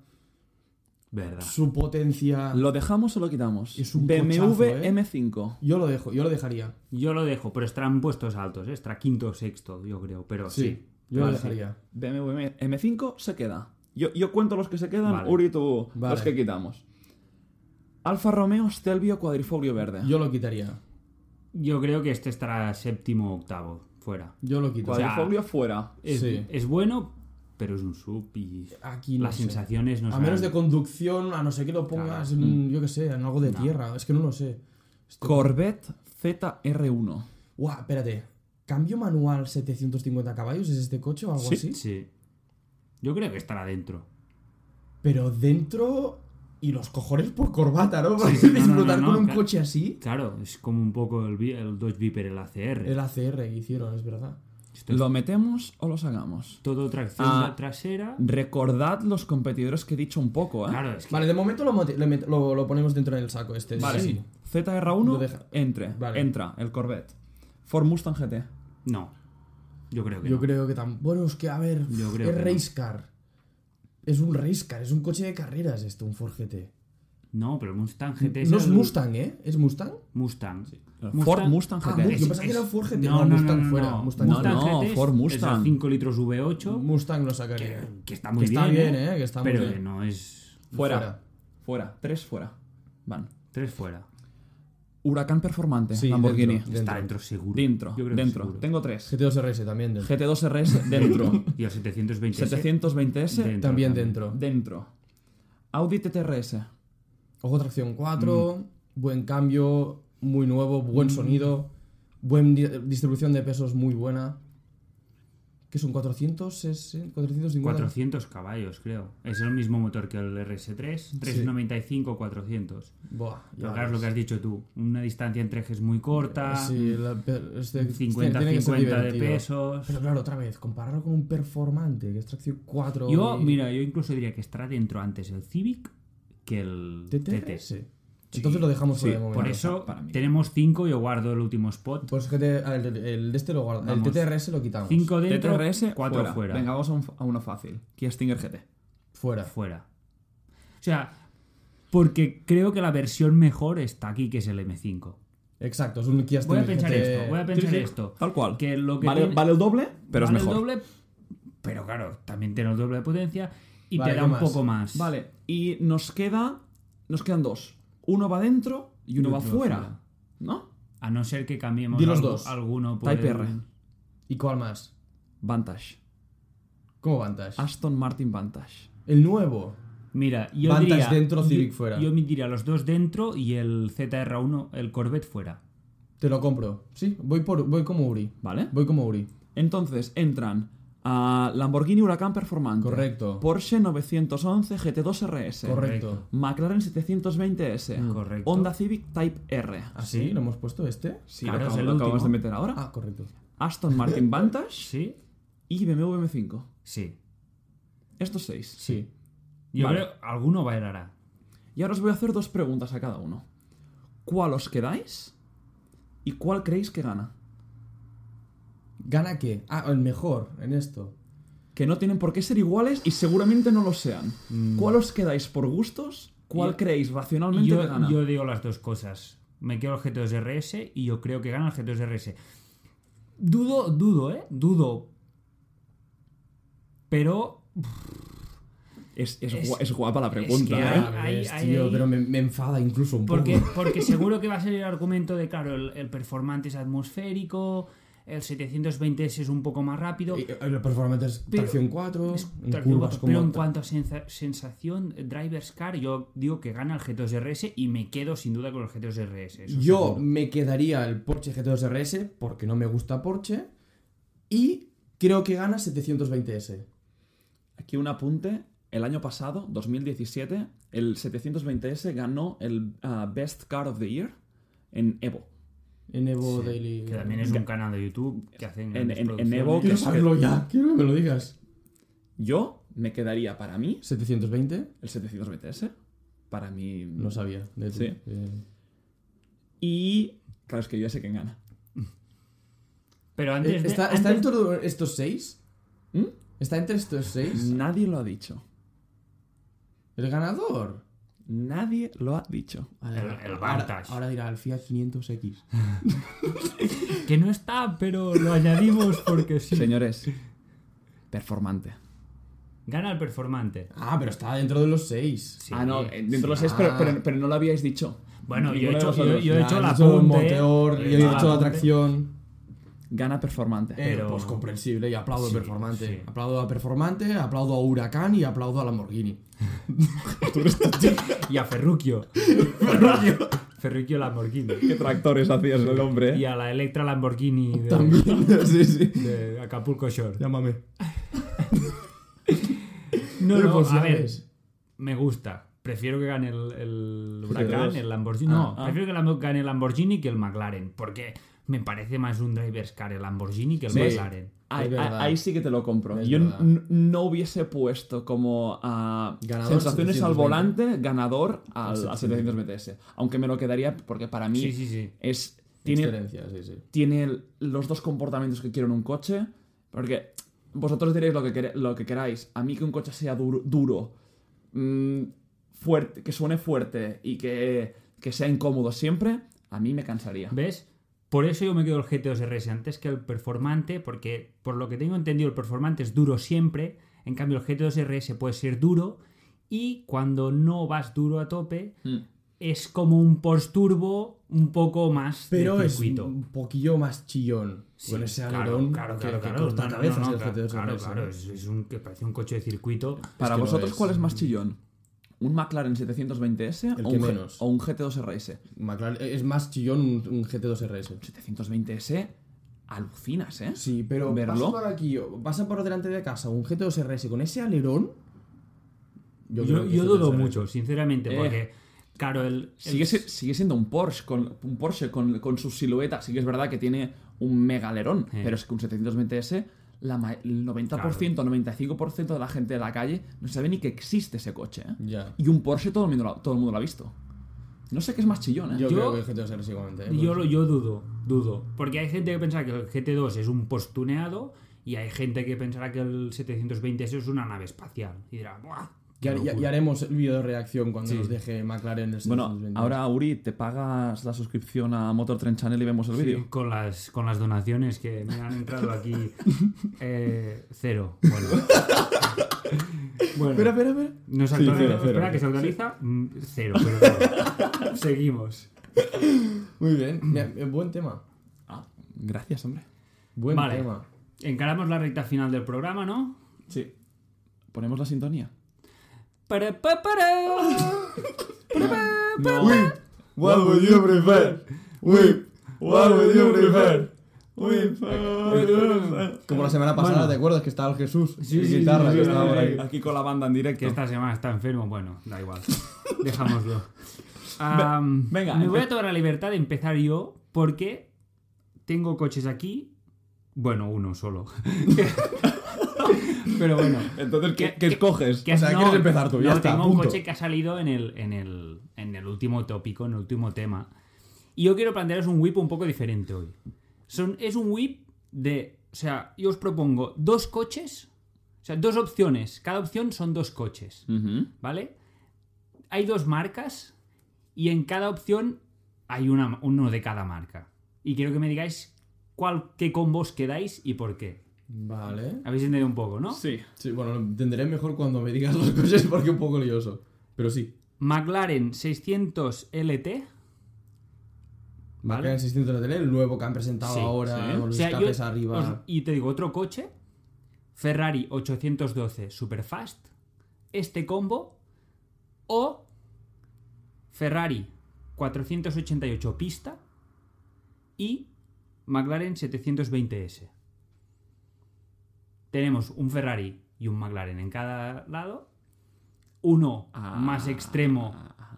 C: Verdad.
B: su potencia.
A: ¿Lo dejamos o lo quitamos?
B: Ah. Es un
A: BMW
B: cochazo, ¿eh?
A: M5.
B: Yo lo dejo, yo lo dejaría.
C: Yo lo dejo, pero estarán puestos altos, ¿eh? estará quinto o sexto, yo creo, pero sí.
B: yo lo
C: Vale,
B: dejaría.
A: BMW M5 se queda. Yo, yo cuento los que se quedan,
C: Vale.
A: Uri tú
B: Vale.
A: los que quitamos. Alfa Romeo Stelvio Cuadrifoglio Verde.
B: Yo lo quitaría.
C: Yo creo que este estará séptimo o octavo, fuera.
B: Yo lo quito.
C: Cuadra-
A: Cuadrifoglio fuera.
C: Es,
B: Sí.
C: es bueno, pero es un sub y
B: Aquí no
C: las
B: sé.
C: sensaciones no
B: A menos de
C: serán-
B: conducción, a no ser que lo pongas en, un- yo que sé, en algo de tierra. Es que no lo sé. Este-
A: Corvette ZR1.
B: Guau, espérate. ¿Cambio manual 750 caballos es este coche o algo así?
C: Sí. Yo creo que estará dentro.
B: Pero dentro y los cojones por corbata, ¿no? Porque
C: sí, no, no,
B: Disfrutar
C: no,
B: con
C: no,
B: un
C: claro.
B: coche así.
C: Claro, es como un poco el, vi- el Dodge Viper, el ACR.
B: El ACR que hicieron, es verdad.
C: Esto es
A: ¿Lo metemos o lo sacamos?
C: todo tracción
A: Ah.
C: trasera.
A: Recordad los competidores que he dicho un poco, ¿eh?
C: Claro, es que
B: Vale, de momento lo, mote- le met- lo- lo ponemos dentro del saco este.
A: Vale.
B: sí. Lo deja.
A: ZR1, entre,
B: Vale.
A: entra el Corvette. Ford Mustang GT.
C: no. Yo creo que
B: Yo
C: no.
B: creo que tan. Bueno, es que a ver.
C: Yo creo
B: es
C: que no.
B: race car. Es un race car, es un coche de carreras esto, un Ford GT.
C: No, pero el Mustang GT
B: no es
C: el-
B: Mustang, ¿eh? ¿Es Mustang?
C: Mustang.
A: Ford Mustang
B: Ah,
A: GT.
B: Mu- yo pensaba que era Ford GT. No, Mustang fuera, Mustang
A: no.
C: GT es-
A: Ford
C: es a
A: Mustang.
C: 5 litros V8,
B: Mustang lo sacaría.
C: que está muy
B: Que
C: bien.
B: está bien, ¿eh? Que está muy
C: pero
B: bien.
C: que no es.
A: Fuera.
B: Fuera.
A: fuera. Tres fuera. Van.
C: Tres fuera.
A: Huracán performante.
B: Sí,
A: Lamborghini.
B: dentro,
C: Está
B: Dentro.
C: dentro seguro.
A: Dentro.
C: Yo creo que
A: dentro.
C: seguro.
A: Tengo tres.
B: GT2 RS también dentro.
A: GT2 RS dentro.
C: Y el 720.
A: 720S
B: También dentro.
A: dentro. Audi TTRS.
B: Ojo tracción 4,
C: Mm.
B: buen cambio, muy nuevo, buen sonido, buen di- distribución de pesos muy buena. que son 460, 450.
C: 400 caballos, creo. Es el mismo motor que el RS3, 395, 400.
B: Buah, ya
C: Pero claro, es lo
B: ves. Eh,
C: que has dicho tú, una distancia entre ejes muy corta,
B: Pues Sí, la per- este- este tiene que ser
C: 50-50 de
B: divertido.
C: pesos.
B: Pero claro, otra vez, compararlo con un performante, que es tracción 4.
C: Yo,
B: y-
C: mira, yo incluso diría que está dentro antes el Civic que el
B: TTS.
C: TT.
B: Entonces lo dejamos
A: Sí,
B: por el momento.
C: Por
A: Claro,
C: eso
A: pa- para mí.
C: tenemos 5, yo guardo el último spot.
B: Pues que te- el, el de este lo guarda, el
C: Vamos.
B: TTRS lo quitamos.
C: 5 dentro,
A: TTRS,
C: 4 fuera. fuera.
A: Venga, vamos a, un f- a uno fácil. Kia Stinger GT.
B: Fuera.
C: O sea, porque creo que la versión mejor está aquí, que es el M5.
B: Exacto, es un Kia
C: Voy a
B: Stinger
C: pensar
B: GT.
C: esto, voy a pensar esto.
A: Tal cual.
C: Que lo que
A: vale,
C: tiene-
A: vale el doble, pero
C: vale
A: es mejor.
C: el doble, pero claro, también tiene el doble de potencia y
B: Vale,
C: te da
B: ¿qué
C: un
B: más?
C: poco más.
A: Vale, y nos queda. Nos quedan dos. Uno va dentro y uno
C: Y
A: va
C: otro
A: fuera.
C: fuera.
A: ¿No?
C: A no ser que cambiemos
B: Di los
C: algo-
B: dos.
C: alguno por
A: Type
C: el-
A: R.
B: ¿Y cuál más?
A: Vantage.
B: ¿Cómo Vantage?
C: Ah.
A: Aston Martin Vantage.
B: El nuevo.
C: Mira, yo
B: Vantage
C: diría-
B: dentro, Civic
C: yo-
B: fuera.
C: Yo me diría los dos dentro y el ZR1, el Corvette fuera.
B: Te lo compro. Sí, voy, por, voy como Uri.
A: ¿Vale?
B: Voy como Uri.
A: Entonces entran a Lamborghini Huracán Performante.
B: Correcto.
A: Porsche 911 GT2 RS.
B: Correcto.
A: McLaren 720S.
C: Correcto.
A: Honda Civic Type R.
B: ¿Así? ¿Ah, ¿Lo hemos puesto este?
A: Sí,
C: Claro,
A: lo,
C: es el
A: acabo- lo acabamos de
C: último.
A: meter ahora.
B: Ah, correcto.
A: Aston Martin Vantage
C: ¿Sí?
A: y BMW M5.
C: Sí.
A: Estos seis.
B: Sí.
C: Yo
A: Vale.
C: creo alguno bailará.
A: Y ahora os voy a hacer dos preguntas a cada uno. ¿Cuál os quedáis? ¿Y cuál creéis que gana?
B: ¿Gana qué? Ah, el mejor en esto.
A: Que no tienen por qué ser iguales y seguramente no lo sean. ¿Cuál os quedáis por gustos? ¿Cuál
C: Yo-
A: creéis racionalmente
C: yo,
A: que gana?
C: yo digo las dos cosas. Me quedo el G2RS y yo creo que gana el G2RS. Dudo, dudo, ¿eh? Dudo. Pero
A: Es, es
C: Es-
A: gua- es guapa la
C: es que
A: pregunta,
C: hay-
A: ¿eh?
B: Ya
C: ahí,
B: ves,
C: ahí,
B: tío,
C: ahí.
B: pero me, me enfada incluso un
C: Porque,
B: poco.
C: porque seguro que va a ser el argumento de, claro, el, el performance es atmosférico, el 720S es un poco más rápido.
B: Y- y El Eh, performance es
C: Pero-
B: tracción 4,
C: Es
B: en
C: tracción
B: curvas
C: cuatro, pero en
B: como...
C: cuanto a sensa- sensación, eh, Driver's Car, yo digo que gana el G2RS y me quedo sin duda con el G2RS. eso
B: Yo
C: seguro.
B: me quedaría el Porsche GT2 RS porque no me gusta Porsche y creo que gana 720S.
A: Aquí un apunte. El año pasado, 2017, el 720S ganó el ah, Best Car of the Year en Evo.
B: En Evo
C: Sí,
B: Daily.
C: Que también es un canal de YouTube que hacen.
A: En-
C: grandes
A: en- en
C: producciones.
A: Evoque
B: Quiero saberlo ya, quiero que me lo digas.
A: Yo me quedaría para mí
B: ¿720?
A: el 720S. Para mí.
B: No sabía. de-
A: Sí.
B: eh,
A: Y. Claro, es que yo ya sé quién gana.
C: Pero antes.
B: eh,
C: de-
B: ¿Está,
C: antes-
B: está entre estos seis?
A: ¿Mm?
B: ¿Está entre estos seis?
A: Nadie lo ha dicho.
B: ¿El ganador?
A: Nadie lo ha dicho.
B: Vale,
C: El-
B: ahora-
C: el Vantage.
B: Ahora, ahora dirá el Fiat 500X.
C: Que no está, pero lo añadimos porque sí.
A: Señores, performante.
C: Gana el performante.
B: Ah, pero está dentro de los seis.
C: Sí,
A: ah, no, eh, dentro de los
B: sí.
A: seis, pero,
B: Ah.
A: pero- pero no lo habíais dicho.
C: Bueno, yo
A: Ninguno
C: he
A: de
C: hecho, yo,
A: vosotros.
C: yo he
B: Ya,
C: hecho la Ah,
B: el
C: punta.
B: motor, yo he hecho la tracción.
A: Gana performante.
B: Eh,
C: Pero-
B: pues comprensible, y aplaudo
C: Sí,
B: a Performante.
C: sí.
B: Aplaudo a Performante, aplaudo a Huracán y aplaudo a Lamborghini.
C: Y a Ferruccio. Ferruccio Lamborghini.
A: ¿Qué tractores hacías el hombre?
C: Y a la Electra Lamborghini de,
B: También, sí, sí.
C: de Acapulco Shore.
B: Llámame.
C: No,
B: Eh,
C: no,
B: pues ya
C: a ver,
B: ves.
C: me gusta. Prefiero que gane el, el Huracán,
A: GT2.
C: el Lamborghini.
A: Ah,
C: no,
A: ah.
C: prefiero que Lam- gane el Lamborghini que el McLaren. Porque me parece más un driver's car el Lamborghini que el
A: Sí.
C: McLaren.
A: Ahí,
B: Es verdad.
A: ahí sí que te lo compro.
B: Es
A: Yo n-
B: verdad.
A: n- no hubiese puesto como ah,
B: Ganador
A: sensaciones al
B: 720.
A: volante, ganador al,
B: Al
A: al 720S. Aunque me lo quedaría porque para mí
C: Sí, sí, sí.
A: es tiene,
B: Excelencia, sí, sí.
A: tiene el- los dos comportamientos que quiero en un coche. Porque vosotros diréis lo que, quere- lo que queráis. A mí que un coche sea duro, duro mm, fuerte, que suene fuerte y que, que sea incómodo siempre, a mí me cansaría.
C: ¿Ves? Por eso yo me quedo el GT2 RS antes que el Performante, porque por lo que tengo entendido el Performante es duro siempre, en cambio el GT2 RS puede ser duro y cuando no vas duro a tope
A: Mm.
C: es como un post turbo un poco más
B: Pero
C: de
B: es
C: circuito.
B: un poquillo más chillón.
C: Sí,
B: con ese
C: claro,
B: alerón
C: claro,
B: que-
C: claro,
B: que,
C: claro,
B: corta
C: no, no,
B: cabezas
C: no, no,
B: el GT2
C: claro,
B: RS,
C: claro,
B: ¿eh?
C: es, es un que parece un coche de circuito.
A: Para
B: que lo
A: vosotros,
B: es.
A: ¿cuál es más chillón? ¿Un McLaren 720S
B: El
A: o
B: que
A: un, G-
B: menos.
A: o un GT2 RS?
B: McLaren- es más chillón un, un GT2 RS.
A: 720S alucinas, ¿eh?
B: Sí, pero
A: Verlo.
B: pasa por aquí, o pasa por delante de casa un GT2 RS con ese alerón.
C: Yo,
B: creo que
C: yo
B: es
C: dudo
B: 2RS.
C: mucho, sinceramente,
A: Eh.
C: porque, claro, el. el-
A: Sigue, se- sigue siendo un Porsche, con, un Porsche con, con su silueta. Sí que es verdad que tiene un mega alerón,
C: Eh.
A: pero es que un 720S, la ma- el 90%, 95% de la gente de la calle no sabe ni que existe ese coche. ¿eh?
B: Ya.
A: Y un Porsche todo el, mundo lo, todo el mundo lo ha visto. No sé qué es más chillón, ¿eh?
B: Yo,
C: Yo-
B: creo que el GT2 RS igualmente. ¿eh?
C: yo, lo-
B: Pues-
C: yo dudo, dudo. Porque hay gente que pensará que el GT2 es un postuneado y hay gente que pensará que el 720S es una nave espacial. Y dirá, ¡buah!
B: Ya,
C: qué
B: ya-
C: locura".
B: ya haremos el vídeo de reacción cuando
C: Sí.
B: nos deje McLaren el
A: bueno,
B: 620.
A: ahora, Uri, te pagas la suscripción a Motor Trend Channel y vemos el
C: Sí,
A: vídeo.
C: con, las, con las donaciones que me han entrado aquí, eh, cero. Bueno. Bueno.
B: Espera, espera, espera.
C: No se
B: Sí,
C: actualiza.
B: cero, cero.
C: Espera, que se actualiza. Mm, Cero, pero bueno. Seguimos.
B: Muy bien. Mira, eh, buen tema.
A: Ah, gracias, hombre.
B: Buen
C: Vale.
B: tema.
C: Encaramos la recta final del programa, ¿no?
A: Sí. ¿Ponemos la sintonía?
C: Para, pa, para.
A: No.
B: What would you prefer? Whip. What would you prefer? Whip. Como la semana pasada, ¿te acuerdas que estaba el Jesús?
C: Sí,
B: Y
C: sí,
B: guitarra
C: sí,
B: que
C: sí,
B: estaba
C: sí,
B: por ahí.
C: sí.
A: Aquí con la banda en directo.
C: Que esta semana está enfermo. Bueno, da igual. Dejámoslo. Am,
A: venga,
C: me voy
A: empe-
C: a tomar la libertad de empezar yo porque tengo coches aquí. Bueno, uno solo. Pero bueno.
A: Entonces, ¿qué,
C: ¿Qué-
A: qué escoges?
C: Que
B: O sea,
C: no,
B: quieres empezar tú, ya
C: no,
B: está,
C: tengo un
B: punto.
C: coche que ha salido en el, en, el, en el último tópico, en el último tema. Y yo quiero plantearos un whip un poco diferente hoy. Son, es un whip de. O sea, yo os propongo dos coches. O sea, dos opciones. Cada opción son dos coches.
A: Ujú.
C: ¿Vale? Hay dos marcas. Y en cada opción hay una, uno de cada marca. Y quiero que me digáis cuál, qué combos quedáis y por qué.
B: Vale.
C: Habéis entendido un poco, ¿no?
A: Sí.
B: Sí, bueno, lo entenderé mejor cuando me digas los coches porque es un poco lioso. Pero sí.
C: McLaren 600 LT.
B: McLaren 600 de tele, el nuevo que han presentado
C: Sí,
B: ahora,
A: sí.
B: con los
C: O sea,
B: escapes
C: yo-
B: arriba.
C: os- y te digo, otro coche, Ferrari 812 Superfast, este combo, o Ferrari 488 pista y McLaren 720S. Tenemos un Ferrari y un McLaren en cada lado, uno
A: Ah.
C: más extremo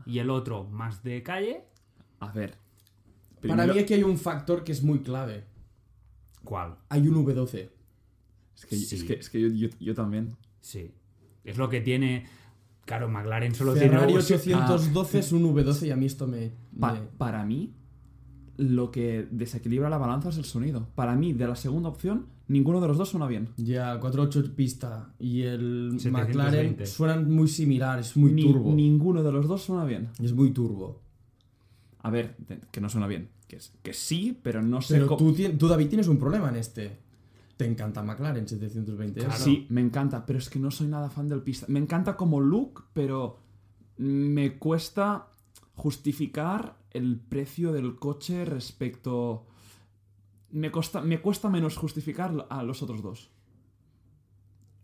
C: y el otro más de calle.
A: A ver.
B: Para
A: Primero-
B: mí aquí hay un factor que es muy clave.
C: ¿Cuál?
B: Hay un V12.
A: Es que,
C: Sí.
A: es que, es que yo, yo- yo también.
C: Sí. Es lo que tiene. Claro, McLaren solo
B: Ferrari
C: tiene.
B: 812 es un V12 y a mí esto me...
A: Pa-
B: me-
A: Para mí, lo que desequilibra la balanza es el sonido. Para mí, de la segunda opción, ninguno de los dos suena bien.
B: Ya, 48 pista y el
C: 720.
B: McLaren suenan muy similares, muy
A: Ni-
B: turbo.
A: Ninguno de los dos suena bien.
B: Es muy turbo.
A: A ver, de- que no suena bien. Que, es- que sí, pero no sé
B: Pero
A: cómo-
B: tú, tien- tú, David, tienes un problema en este. Te encanta McLaren 720.
C: Claro.
A: Sí, me encanta, pero es que no soy nada fan del pista. Me encanta como look, pero me cuesta justificar el precio del coche respecto... Me, costa, me cuesta menos justificar a los otros dos.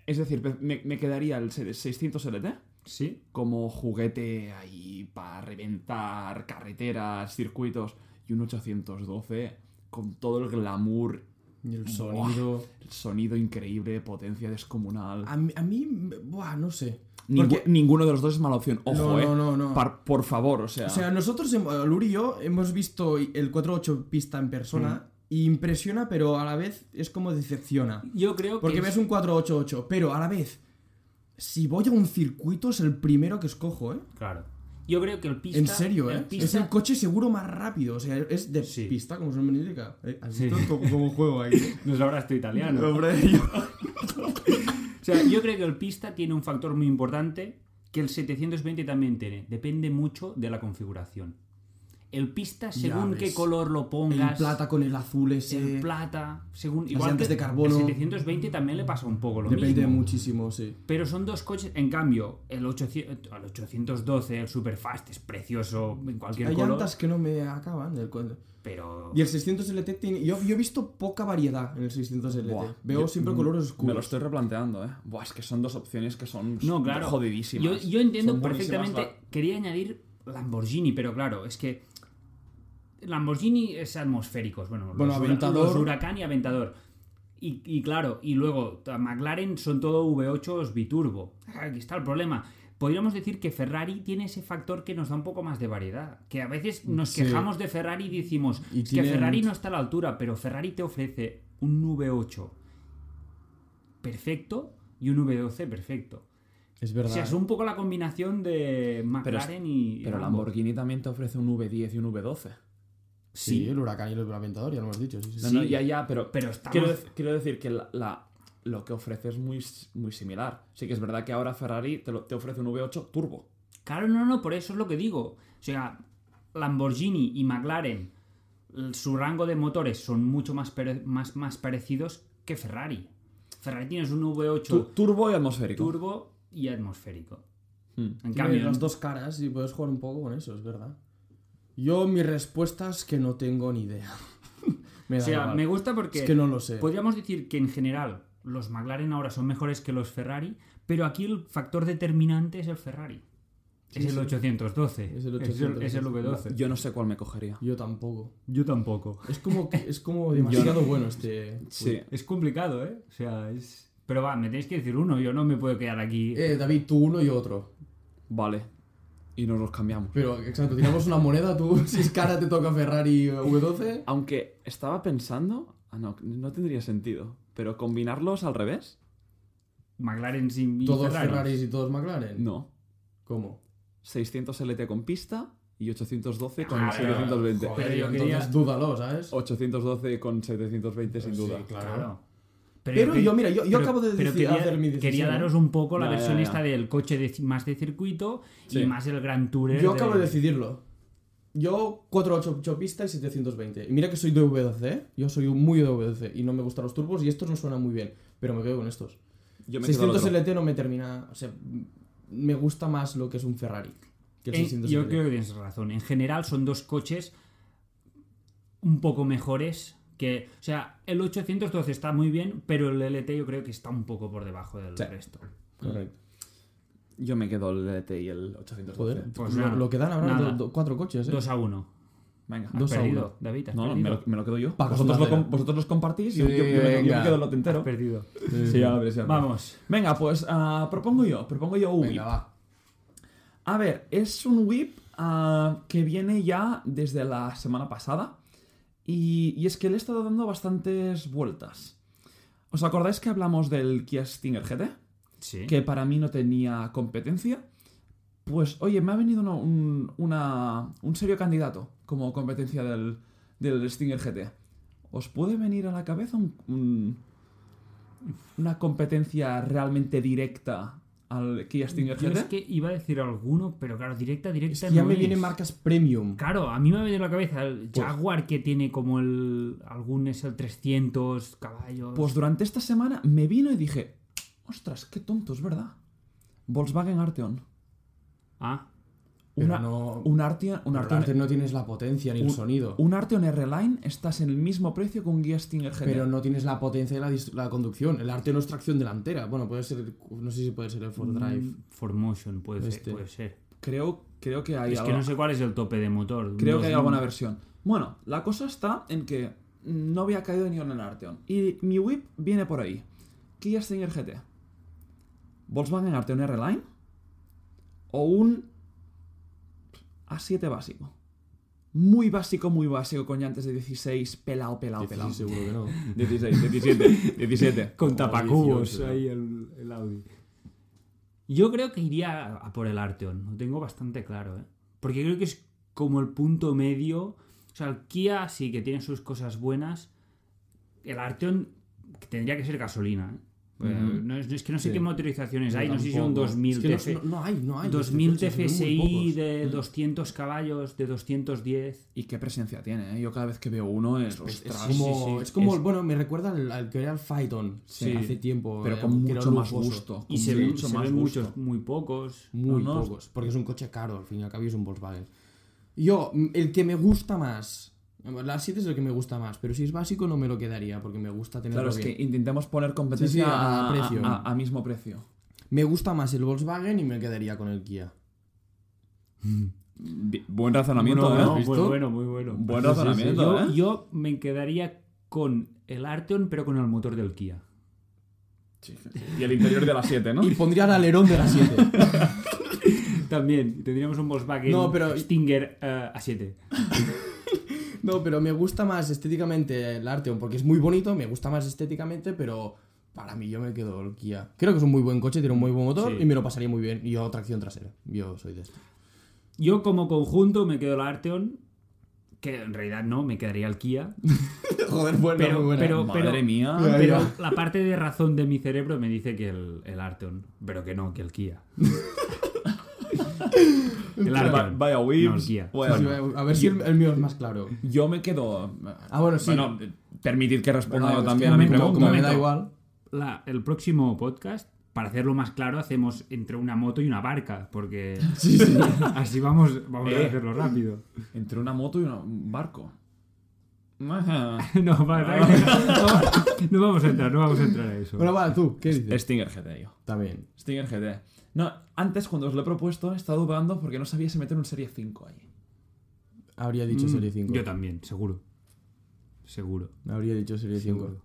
A: Es decir, me, me quedaría el 600 LT
C: Sí.
A: como juguete ahí para reventar carreteras, circuitos, y un 812 con todo el glamour,
B: Y el
A: Buah.
B: sonido.
A: el sonido increíble, potencia descomunal.
B: A, mí- a mí, buah, no sé.
A: Ningú-
B: Porque-
A: Ninguno de los dos es mala opción. Ojo,
B: No,
A: eh.
B: no, no, no.
A: Par- por favor, o sea.
B: O sea, nosotros, hemos- Luri y yo, hemos visto el 48 pista en persona y impresiona, pero a la vez es como decepciona.
C: Yo creo
B: Porque
C: que.
B: ves
C: es-
B: un 488, pero a la vez, si voy a un circuito es el primero que escojo, ¿eh?
C: Claro. Yo creo que el pista.
B: En serio,
C: el
B: ¿eh?
C: pista-
B: Es el coche seguro más rápido, o sea, es de
C: Sí.
B: pista, como suena indica. ¿Eh? ¿Has
C: Sí.
B: visto cómo, cómo juego ahí?
C: No sabrás tú italiano.
B: Hombre, yo-
C: O sea, yo creo que el pista tiene un factor muy importante que el 720 también tiene. Depende mucho de la configuración. El pista, según
B: ves.
C: qué color lo pongas.
B: El plata con el azul ese.
C: el plata, según.
B: Las
C: Igual que
B: llantas de carbono.
C: El 720 también le pasa un poco lo
B: Depende
C: mismo.
B: muchísimo, sí.
C: Pero son dos coches. En cambio, el, 800, el 812, el Superfast, es precioso en cualquier
B: Hay
C: color.
B: llantas que no me acaban del cuento.
C: Pero.
B: Y el 600 LT tiene. Yo, yo he visto poca variedad en el 600 LT.
A: Buah,
B: Veo
A: yo- mm,
B: siempre colores
A: me lo
B: oscuros.
A: estoy replanteando, eh. Buah, es que son dos opciones que son
C: No, claro. Yo,
A: jodidísimas.
C: yo entiendo
A: Son buenísimas,
C: perfectamente. Quería añadir Lamborghini, pero claro, es que. Lamborghini es atmosféricos, bueno,
B: Bueno,
C: los, hura-
B: Aventador.
C: los Huracán y Aventador. Y, y claro, y luego t- McLaren son todo V8 biturbo. Ah, Aquí está el problema. Podríamos decir que Ferrari tiene ese factor que nos da un poco más de variedad. Que a veces nos
B: Sí.
C: quejamos de Ferrari y decimos
B: Y
C: "Es
B: tienen-
C: que Ferrari no está a la altura, pero Ferrari te ofrece un V8 perfecto y un V12 perfecto.
B: Es
C: O
B: verdad.
C: sea, es un poco la combinación de McLaren y.
A: Pero
C: Lambo.
A: Lamborghini también te ofrece un V10 y un V12.
B: sí.
C: Sí,
B: el huracán y el aventador, ya lo hemos dicho. Sí, sí,
A: No,
B: sí.
A: no, ya, ya, pero,
C: pero estamos.
A: quiero, dec- quiero decir que la, la- lo que ofrece es muy, s- muy similar. Sí que es verdad que ahora Ferrari te, lo- te ofrece un V8 turbo.
C: Claro, no, no, por eso es lo que digo. O sea, Lamborghini y McLaren, l- su rango de motores son mucho más, pere- más, más parecidos que Ferrari. Ferrari tienes un V8
A: Tu- turbo y atmosférico.
C: turbo y atmosférico.
A: Mm.
C: En
B: Tiene
C: cambio,
B: las dos caras y puedes jugar un poco con eso, es verdad. Yo, mi respuesta es que no tengo ni idea. me
C: o
B: da
C: sea,
B: igual.
C: me gusta porque
B: Es que no lo sé.
C: podríamos decir que en general los McLaren ahora son mejores que los Ferrari, pero aquí el factor determinante es el Ferrari.
B: Sí,
C: es, el
B: sí.
C: 812,
B: Es el
C: es el- es el
B: 812.
C: V12.
A: Yo no sé cuál me cogería.
B: Yo tampoco.
C: Yo tampoco.
B: Es como, que- es como demasiado bueno este.
A: Sí.
C: Es complicado, ¿eh? O sea, es... Pero va, me tenéis que decir uno, yo no me puedo quedar aquí.
B: Eh, David, tú uno y otro.
A: Vale. Y nos los cambiamos.
B: Pero, exacto, tiramos una moneda, tú, si es cara, te toca Ferrari eh, V12.
C: Ah,
A: Aunque estaba pensando. Ah, no, no tendría sentido. Pero combinarlos al revés?
C: McLaren sin y
B: Todos
C: Ferrari.
B: Ferraris y todos McLaren.
A: No.
B: ¿Cómo?
A: 600 LT con pista y 812 con
C: Ah, pero-
A: 720.
B: Joder,
C: Pero yo
B: entonces
C: quería-
B: dúdalo, ¿sabes?
A: 812 con 720 sin
B: Sí,
A: duda.
B: claro.
C: Claro.
B: Pero
C: que-
B: yo, mira, yo- yo acabo de
C: pero
B: decir-
C: quería,
B: hacer mi decisión,
C: quería
B: ¿eh?
C: daros un poco la
A: Ya,
C: versión
A: ya, ya.
C: esta del coche de- más de circuito
A: Sí.
C: y más el Gran Tour.
B: Yo acabo de decidirlo. Yo 488 pista y 720. Y mira que soy de V12, ¿eh? yo soy un muy de V12 y no me gustan los turbos y estos no suenan muy bien, pero me quedo con estos.
A: Yo me quedo al
B: 600
A: otro.
B: LT no me termina, o sea, m- me gusta más lo que es un Ferrari que el
C: Eh,
B: 600
C: yo
B: LT.
C: creo que tienes razón. En general son dos coches un poco mejores que... O sea, el 812 está muy bien, pero el LT yo creo que está un poco por debajo del
B: Sí.
C: resto.
B: Correcto.
A: Yo me quedo el LT y el 812.
B: Joder,
C: Pues
B: lo,
C: nada,
B: lo que dan ahora
C: nada.
B: do- do- cuatro coches, ¿eh?
C: 2 a 1.
A: Venga.
C: Has
B: Dos a
C: perdido,
B: uno.
C: David, has
A: No, no, me
C: perdido.
A: lo, me lo quedo yo.
B: Paco,
A: Vosotros, lo
B: sudadera.
A: com- vosotros los compartís y
B: Sí,
A: yo, yo me, yo me
B: venga.
A: quedo lo
C: Has
A: tentero.
C: perdido.
A: Sí, a ver, sí, a ver.
C: Vamos.
A: Venga, pues ah, propongo yo, propongo yo un
B: Venga,
A: whip.
B: va.
A: A ver, es un whip ah, que viene ya desde la semana pasada y, y es que le he estado dando bastantes vueltas. ¿Os acordáis que hablamos del Kia Stinger GT?
C: Sí.
A: que para mí no tenía competencia, pues oye, me ha venido una- un, una- un serio candidato como competencia del, del Stinger GT. ¿Os puede venir a la cabeza un- un- una competencia realmente directa al Kia Stinger
C: Yo
A: GT?
C: es que iba a decir alguno, pero claro, directa,
B: Es
C: directa
B: que ya
C: no
B: me
C: Este
B: Pues-
C: es.
B: vienen marcas premium.
C: Claro, a mí me ha venido a la cabeza el Jaguar que tiene como el... Algún es el 300 caballos.
A: Pues durante esta semana me vino y dije, ostras, qué tonto, es verdad. Volkswagen Arteon.
C: Ah,
B: Pero
A: Una,
B: no-
A: un Arteon, un
B: Pero
A: Arteon,
B: antes no tienes la potencia ni el
A: un-
B: sonido.
A: un Arteon R-Line estás en el mismo precio que un Kia Stinger GT.
B: Pero no tienes la potencia de la, dis- la conducción. El arte no es tracción delantera. Bueno, puede ser. No sé si puede ser el Ford Drive.
C: mm, Formotion puede
B: Este.
C: ser. Puede ser.
A: Creo, creo que hay
C: Es que
A: algo-
C: no sé cuál es el tope de motor.
A: creo que hay
C: Dos-
B: Mm.
A: alguna versión. Bueno, la cosa está en que no había caído ni en el Arteon. Y mi whip viene por ahí. Kia Stinger GT. Volkswagen Arteon R-Line. O un A7 básico. Muy básico, muy básico, con llantes de 16, pelao, pelao, pelao.
B: Sí, seguro que no.
A: 16, 17, 17.
C: Con
B: O
C: tapacubos
B: 18,
C: ahí el, el Audi. Yo creo que iría a- a por el Arteon, lo tengo bastante claro, ¿eh? Porque creo que es como el punto medio. O sea, el Kia sí que tiene sus cosas buenas. El Arteon tendría que ser gasolina, ¿eh? Porque
A: Ujú.
C: no es, es que no sé
B: Sí.
C: qué
A: Pues
C: motorizaciones
B: Yo
C: hay, no sé si son
B: tampoco.
C: 2000
B: Es que no-
C: TF
B: no, no hay, no hay.
C: 2000
B: Estos coches son muy
C: TFSI
B: pocos.
C: de 200 caballos, de 210.
A: Y qué presencia tiene, ¿eh? Yo cada vez que veo uno es...
B: Es
A: ostras,
B: como,
C: sí, sí.
B: es como
C: Es-
B: bueno, me recuerda al, al que era el Phaeton
A: Sí.
B: hace tiempo.
A: pero
B: eh,
A: con
B: que era
A: mucho más
B: lujoso.
A: gusto.
C: Y
A: con
C: se, ven-
A: mucho
C: se
A: más
C: ven
A: gusto.
C: muchos, muy pocos.
B: Muy
A: No, no.
B: pocos. Porque es un coche caro, al fin y al cabo, y es un Volkswagen. Yo, mm, el que me gusta más. La 7 es el que me gusta más, pero si es básico no me lo quedaría porque me gusta tenerlo
A: Claro, es
B: bien.
A: que intentemos poner competencia
B: Sí, sí, a
A: a,
B: precio.
A: a- a mismo precio.
B: Me gusta más el Volkswagen y me quedaría con el Kia.
A: Bi- Buen razonamiento,
B: Bueno,
A: ¿eh?
B: ¿has
C: muy
B: visto?
C: bueno, muy bueno.
A: Buen
B: Sí, sí, sí.
A: razonamiento,
C: Yo,
A: ¿eh?
C: yo me quedaría con el Arteon, pero con el motor del Kia.
A: Sí, sí. Y el interior de las 7, ¿no?
B: Y pondría el alerón de la 7.
C: También tendríamos un Volkswagen
B: No, pero-
C: Stinger eh, A7.
B: no, pero me gusta más estéticamente el Arteon, porque es muy bonito, me gusta más estéticamente, pero para mí yo me quedo el Kia. Creo que es un muy buen coche, tiene un muy buen motor
C: Sí.
B: y me lo pasaría muy bien. Y yo tracción trasera, yo soy de esto.
C: Yo como conjunto me quedo el Arteon, que en realidad no, me quedaría el Kia.
B: Joder, bueno,
C: Pero-
B: muy buena.
C: pero-
A: Madre mía.
B: Ya,
C: Pero
B: ya.
C: la parte de razón de mi cerebro me dice que el, el Arteon, pero que no, que el Kia. el
A: Va-
C: Arteon.
A: Vaya
C: No, el
A: whips.
C: Kia.
A: Bueno,
B: Sí, a ver si el, el mío es más claro.
A: yo me quedo.
B: Ah, bueno, sí.
A: Bueno, permitid que responda
B: Bueno,
A: yo
B: es
A: también
B: que
A: a mi
C: momento,
A: pregunta. ¿eh?
B: Como me
C: momento.
B: da igual.
C: La- el próximo podcast, para hacerlo más claro, hacemos entre una moto y una barca, porque así vamos, vamos
A: Eh.
C: a hacerlo rápido.
A: Entre una moto y una- un barco.
C: No, va- va- no, no vamos a entrar, no vamos a entrar a eso.
B: Bueno, vale, tú, ¿qué dices?
A: Stinger GT, yo.
B: Está bien.
A: Stinger GT. No, antes cuando os lo he propuesto he estado dudando porque no sabía si meter un Serie 5 ahí.
B: Habría dicho
A: Mm,
B: Serie 5.
C: Yo también, seguro. Seguro.
B: Habría dicho Serie 5.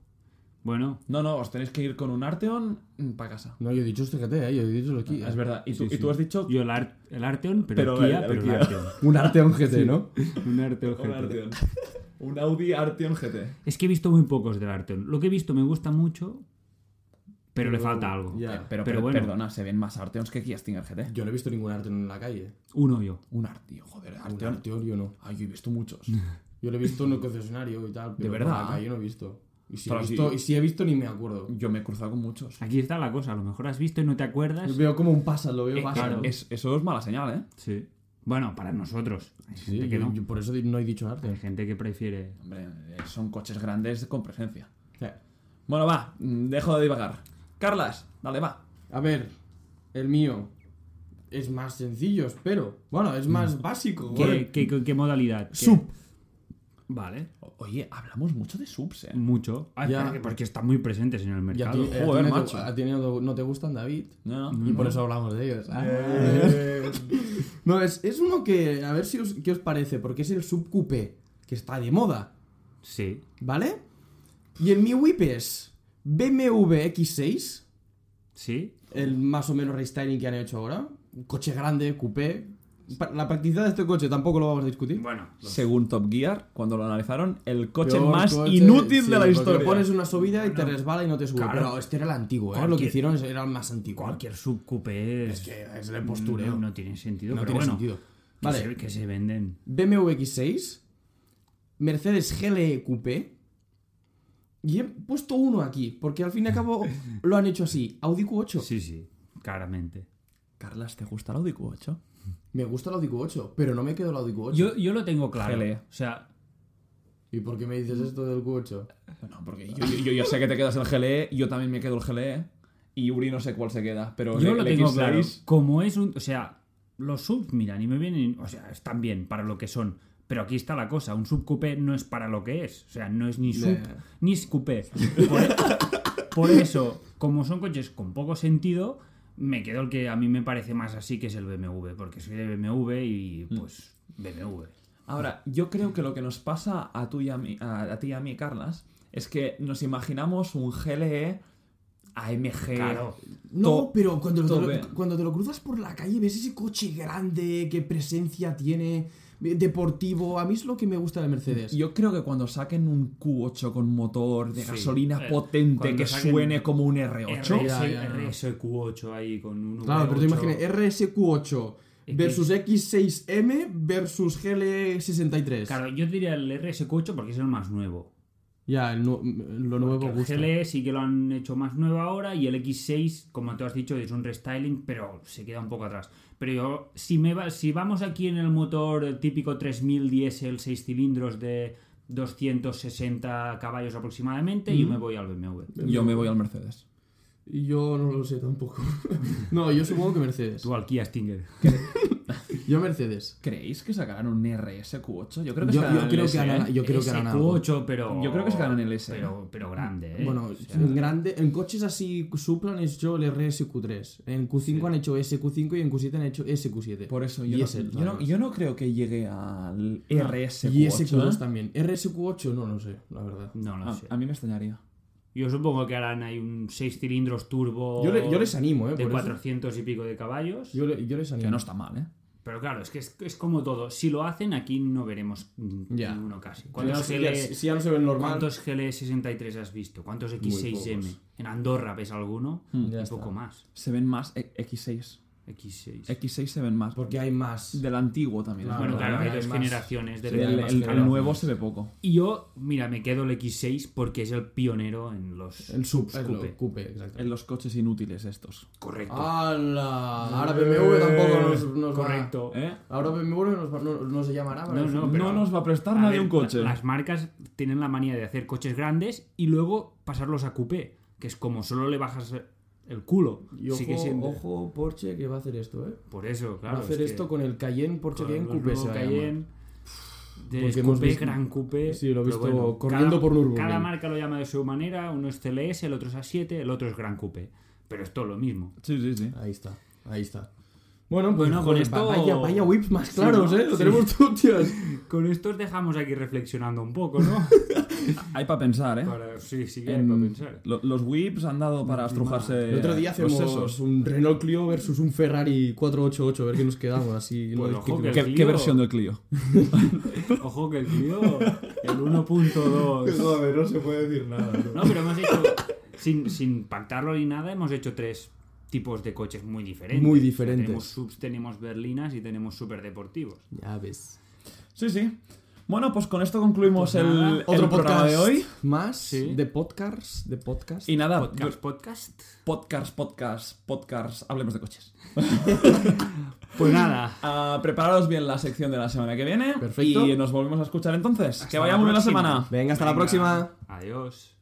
C: Bueno,
A: No, no, os tenéis que ir con un Arteon para casa.
B: No, yo he dicho este GT, ¿eh? yo he dicho los Kia.
A: Ah, Es verdad. Y tú,
C: Sí,
A: y
C: sí.
A: tú has dicho
C: Yo el, Ar- el Arteon, pero,
A: Pero
C: el Kia,
A: el- el
C: pero el
A: Kia.
C: Arteon.
B: Un Arteon GT, ¿no?
C: Un Arteon
A: un
C: GT.
A: Arteon. un Audi Arteon GT.
C: Es que he visto muy pocos del Arteon. Lo que he visto me gusta mucho, pero, le falta algo.
B: ya.
A: Eh, Pero,
C: Pero bueno.
A: perdona, se ven más Arteons que Kia Stinger GT.
B: Yo no he visto ningún Arteon en la calle.
C: Uno yo.
A: Un Arteon, joder,
B: Un
A: Arteon.
B: Arteon yo no.
A: Ay, yo he visto muchos.
B: Yo lo he visto en el concesionario y tal, pero
A: ¿De verdad?
B: en la calle no he visto. Y si, he
A: Pero
B: visto,
A: sí.
B: y si he visto ni me acuerdo.
A: Yo me he cruzado con muchos.
C: Aquí está la cosa. A lo mejor has visto y no te acuerdas.
B: Yo veo como un pasa, lo veo
C: Eh,
B: pasa.
C: claro.
B: ¿no?
A: Es- eso es mala señal, ¿eh?
C: Sí. Bueno, para nosotros. Hay
B: Sí,
C: gente que
B: yo,
C: no.
B: yo por eso di- no he dicho
C: Hay
B: Arteon.
C: gente que prefiere.
A: Hombre, eh, son coches grandes con presencia.
B: O sea,
A: Bueno, va, mm, dejo de divagar. Carlas, dale, va.
B: A ver, el mío es más sencillo, espero. Bueno, es
A: Mm.
B: más básico.
C: ¿Qué,
B: joder.
C: qué, qué- qué modalidad? ¿Qué-
B: Sub.
C: Vale.
A: O- Oye, hablamos mucho de subs,
B: Mm.
A: ¿eh?
C: Mucho. Ah,
B: Ya.
C: porque- Porque están muy presentes en el
B: Y a ti,
C: mercado.
B: eh, a ti
A: Joder,
B: no te-
A: macho.
B: a ti no, no te gustan, David.
A: No, no.
B: Y por eso hablamos de ellos. Ah. Eh. no, es, es uno que. A ver si os, qué os parece, porque es el subcoupé, que está de moda,
C: Sí.
B: ¿vale? Y el Mi Whip es BMW X6,
C: Sí.
B: el más o menos restyling que han hecho ahora. Un coche grande, coupé. Pa- La practicidad de este coche tampoco lo vamos a discutir.
C: Bueno. los-
A: Según Top Gear, cuando lo analizaron, el coche
B: Peor
A: más
B: coche,
A: inútil
B: sí,
A: de la
B: porque
A: historia.
B: Le pones una subida y te resbala y no te sube.
C: Claro.
B: Pero este era el antiguo, ¿eh? Lo que
C: Cualquier-
B: hicieron es- era el más antiguo.
C: Cualquier subcoupé es.
B: Es que es el postureo.
C: No, no tiene sentido,
B: No
C: pero
B: tiene
C: bueno.
B: sentido.
C: que
B: Vale.
C: se- que se venden.
B: BMW X6, Mercedes GLE Coupé. Y he puesto uno aquí, porque al fin y al cabo lo han hecho así. Audi Q8.
C: Sí, sí, claramente.
A: Carlas, ¿te gusta el Audi Q8?
B: Me gusta el Audi Q8, pero no me quedo el Audi Q8.
C: Yo, yo lo tengo claro.
A: GLE.
C: O sea,
B: ¿Y por qué me dices esto del Q8?
A: No, porque yo, yo- yo ya sé que te quedas el GLE, yo también me quedo el GLE. Y Uri no sé cuál se queda, pero
C: yo
A: el,
C: lo
A: el
C: tengo
A: X6,
C: claro. Como es un. O sea, los subs, mira, ni me vienen. O sea, están bien para lo que son. Pero aquí está la cosa: un subcoupé no es para lo que es. O sea, no es ni sub
B: Ya.
C: ni es coupé. Por, e- por eso, como son coches con poco sentido. Me quedo el que a mí me parece más así, que es el BMW, porque soy de BMW y
B: Mm.
C: pues BMW.
A: Ahora, yo creo que lo que nos pasa a, tú y a, mí, a, a ti y a mí, Carlas, es que nos imaginamos un E GLE AMG.
C: Claro.
B: No,
A: To-
B: pero cuando lo- te
A: tope.
B: lo, cuando te lo cruzas por la calle ves ese coche grande, qué presencia tiene, eh, deportivo. A mí es lo que me gusta de Mercedes.
A: Yo creo que cuando saquen un Q8 con motor de
C: Sí.
A: gasolina
C: Eh,
A: potente
C: cuando
A: que
C: saquen
A: suene como un R8,
C: RS,
B: Ya, ya, ya.
C: RSQ8 ahí con un
B: Claro, pero te
C: V8.
B: imaginas, RSQ8
C: X.
B: versus X6M versus E GLE63.
C: Claro, yo diría el RSQ8 porque es el más nuevo.
B: Ya, el nu- m- lo nuevo
C: El
B: gusta.
C: GLE sí que lo han hecho más nuevo ahora y el X6, como tú has dicho, es un restyling, pero se queda un poco atrás. Pero yo, si, me va, si vamos aquí en el motor típico 3000 diésel, 6 cilindros de 260 caballos aproximadamente, yo me voy al BMW.
A: yo me voy al Mercedes.
B: Yo no lo sé tampoco. no, yo supongo que Mercedes.
C: Tú al Kia Stinger.
B: Y Yo Mercedes.
A: ¿Creéis que sacarán un RSQ8? Yo creo que
B: Yo-
A: sacarán
B: yo
A: el
B: creo que
A: SE,
B: harán-
A: ¿eh?
B: yo creo que harán algo.
C: SQ8, pero.
A: Yo creo que se ganan el S.
C: Pero, pero grande, ¿eh?
B: Bueno,
C: O sea,
B: en, grande, en coches así, Supra han hecho el RSQ3. En Q5 han hecho SQ5 y en Q7 han hecho SQ7.
A: Por eso yo,
B: Y
A: no,
B: es el
A: yo, no,
B: Taurus.
A: yo no creo que llegue al RSQ8.
B: Y SQ2
A: ¿eh?
B: también. RSQ8 no lo sé, la verdad.
C: No lo
A: A-
C: sé.
A: a mí me extrañaría.
C: Yo supongo que harán ahí un 6 cilindros turbo.
B: Yo, le- yo les animo, ¿eh?
C: De
B: por eso.
C: 400 y pico de caballos.
B: Yo, le- yo les
A: Que
B: animo.
A: no está mal, ¿eh?
C: Pero claro, es que es, es como todo. Si lo hacen, aquí no veremos mm,
B: Ya.
C: ninguno casi.
B: Ya,
C: ¿Cuántos,
B: si,
C: L-
B: ya, si ya no se ven normal.
C: cuántos GL63 has visto? ¿Cuántos X6M? En Andorra ves alguno.
B: Hmm, Ya
C: un
B: está.
C: poco más.
A: Se ven más e- X6.
C: X6.
A: X6 se ven más.
B: Porque hay más.
A: Del antiguo también.
B: Claro,
C: bueno, claro,
B: ahora
C: hay
B: hay
C: dos
B: más.
C: generaciones de
B: Sí,
A: El-
B: hay
A: el,
B: más
A: el
B: generaciones.
A: nuevo se ve poco.
C: Y yo, mira, me quedo el X6 porque es el pionero en los.
B: El sub, el
C: Coupe.
B: lo- coupe, exacto.
A: En los coches inútiles estos.
C: Correcto.
B: ¡Hala! Ah, Ahora BMW tampoco nos, nos
C: Eh,
B: va-
C: Correcto.
A: ¿Eh?
B: Ahora BMW nos, no, no se llamará.
C: Oh. No, no, pero-
A: no nos va a prestar
C: A
A: nadie
C: ver,
A: un coche.
C: la- Las marcas tienen la manía de hacer coches grandes y luego pasarlos a coupé, que es como solo le bajas el culo.
B: Y ojo,
C: Sigue siendo-
B: ojo, Porsche que va a hacer esto, ¿eh.
C: Por eso,
B: Va
C: claro.
B: a hacer
C: es
B: esto
C: que
B: con el Cayenne, Porsche
C: con
B: Cayenne,
C: los
B: Coupe
C: nuevos
B: se va a llamar.
C: Cayenne, de
B: Porque hemos
C: coupé,
B: visto-
C: gran coupé.
B: Sí, lo
C: pero
B: he visto corriendo
C: cada-
B: por Nürburgring.
C: Cada marca lo llama de su manera, uno es CLS, el otro es A7, el otro es gran coupé. Pero es todo lo mismo.
A: Sí, sí, sí.
B: Ahí está, ahí está. Bueno, pues
C: Bueno, con
B: joder,
C: esto-
B: Vaya, vaya whips más
C: Sí,
B: claros,
C: ¿no?
B: ¿eh? Lo
C: Sí.
B: tenemos tú, tíos.
C: Con esto os dejamos aquí reflexionando un poco, ¿no?
A: Hay para pensar, ¿eh?
C: Para- sí, sí, que hay
A: En-
C: para pensar.
A: lo- los whips han dado para estrujarse.
C: Eh,
B: El otro día
A: los
C: pues
B: hacemos
A: sesos.
B: un Renault Clio versus un Ferrari 488, a ver qué nos quedamos así.
C: Pues
B: no,
C: ojo,
B: que-
C: que-
A: ¿Qué,
C: Clio.
A: qué versión del Clio?
C: Ojo que el tío, el 1.2.
B: Joder, no se puede decir nada. ¿no?
C: No, pero hemos hecho, sin, sin pactarlo ni nada, hemos hecho tres tipos de coches muy diferentes.
B: Muy
C: O sea,
B: diferentes.
C: tenemos subs, tenemos berlinas y tenemos superdeportivos.
B: Ya ves.
A: Sí, sí. Bueno, pues con esto concluimos
C: Pues nada,
A: el, el
B: Otro
A: programa
B: podcast
A: de hoy.
B: más
C: Sí.
B: de podcasts, de podcast.
A: Y nada,
C: Podcast, podcast.
A: podcast, podcast, podcast, hablemos de coches.
C: Pues nada,
A: Ah, prepararos bien la sección de la semana que viene.
B: Perfecto.
A: Y nos volvemos a escuchar entonces. que
C: la
A: vaya muy bien la
C: próxima.
A: semana.
B: Venga, hasta la
C: Venga.
B: próxima.
C: adiós.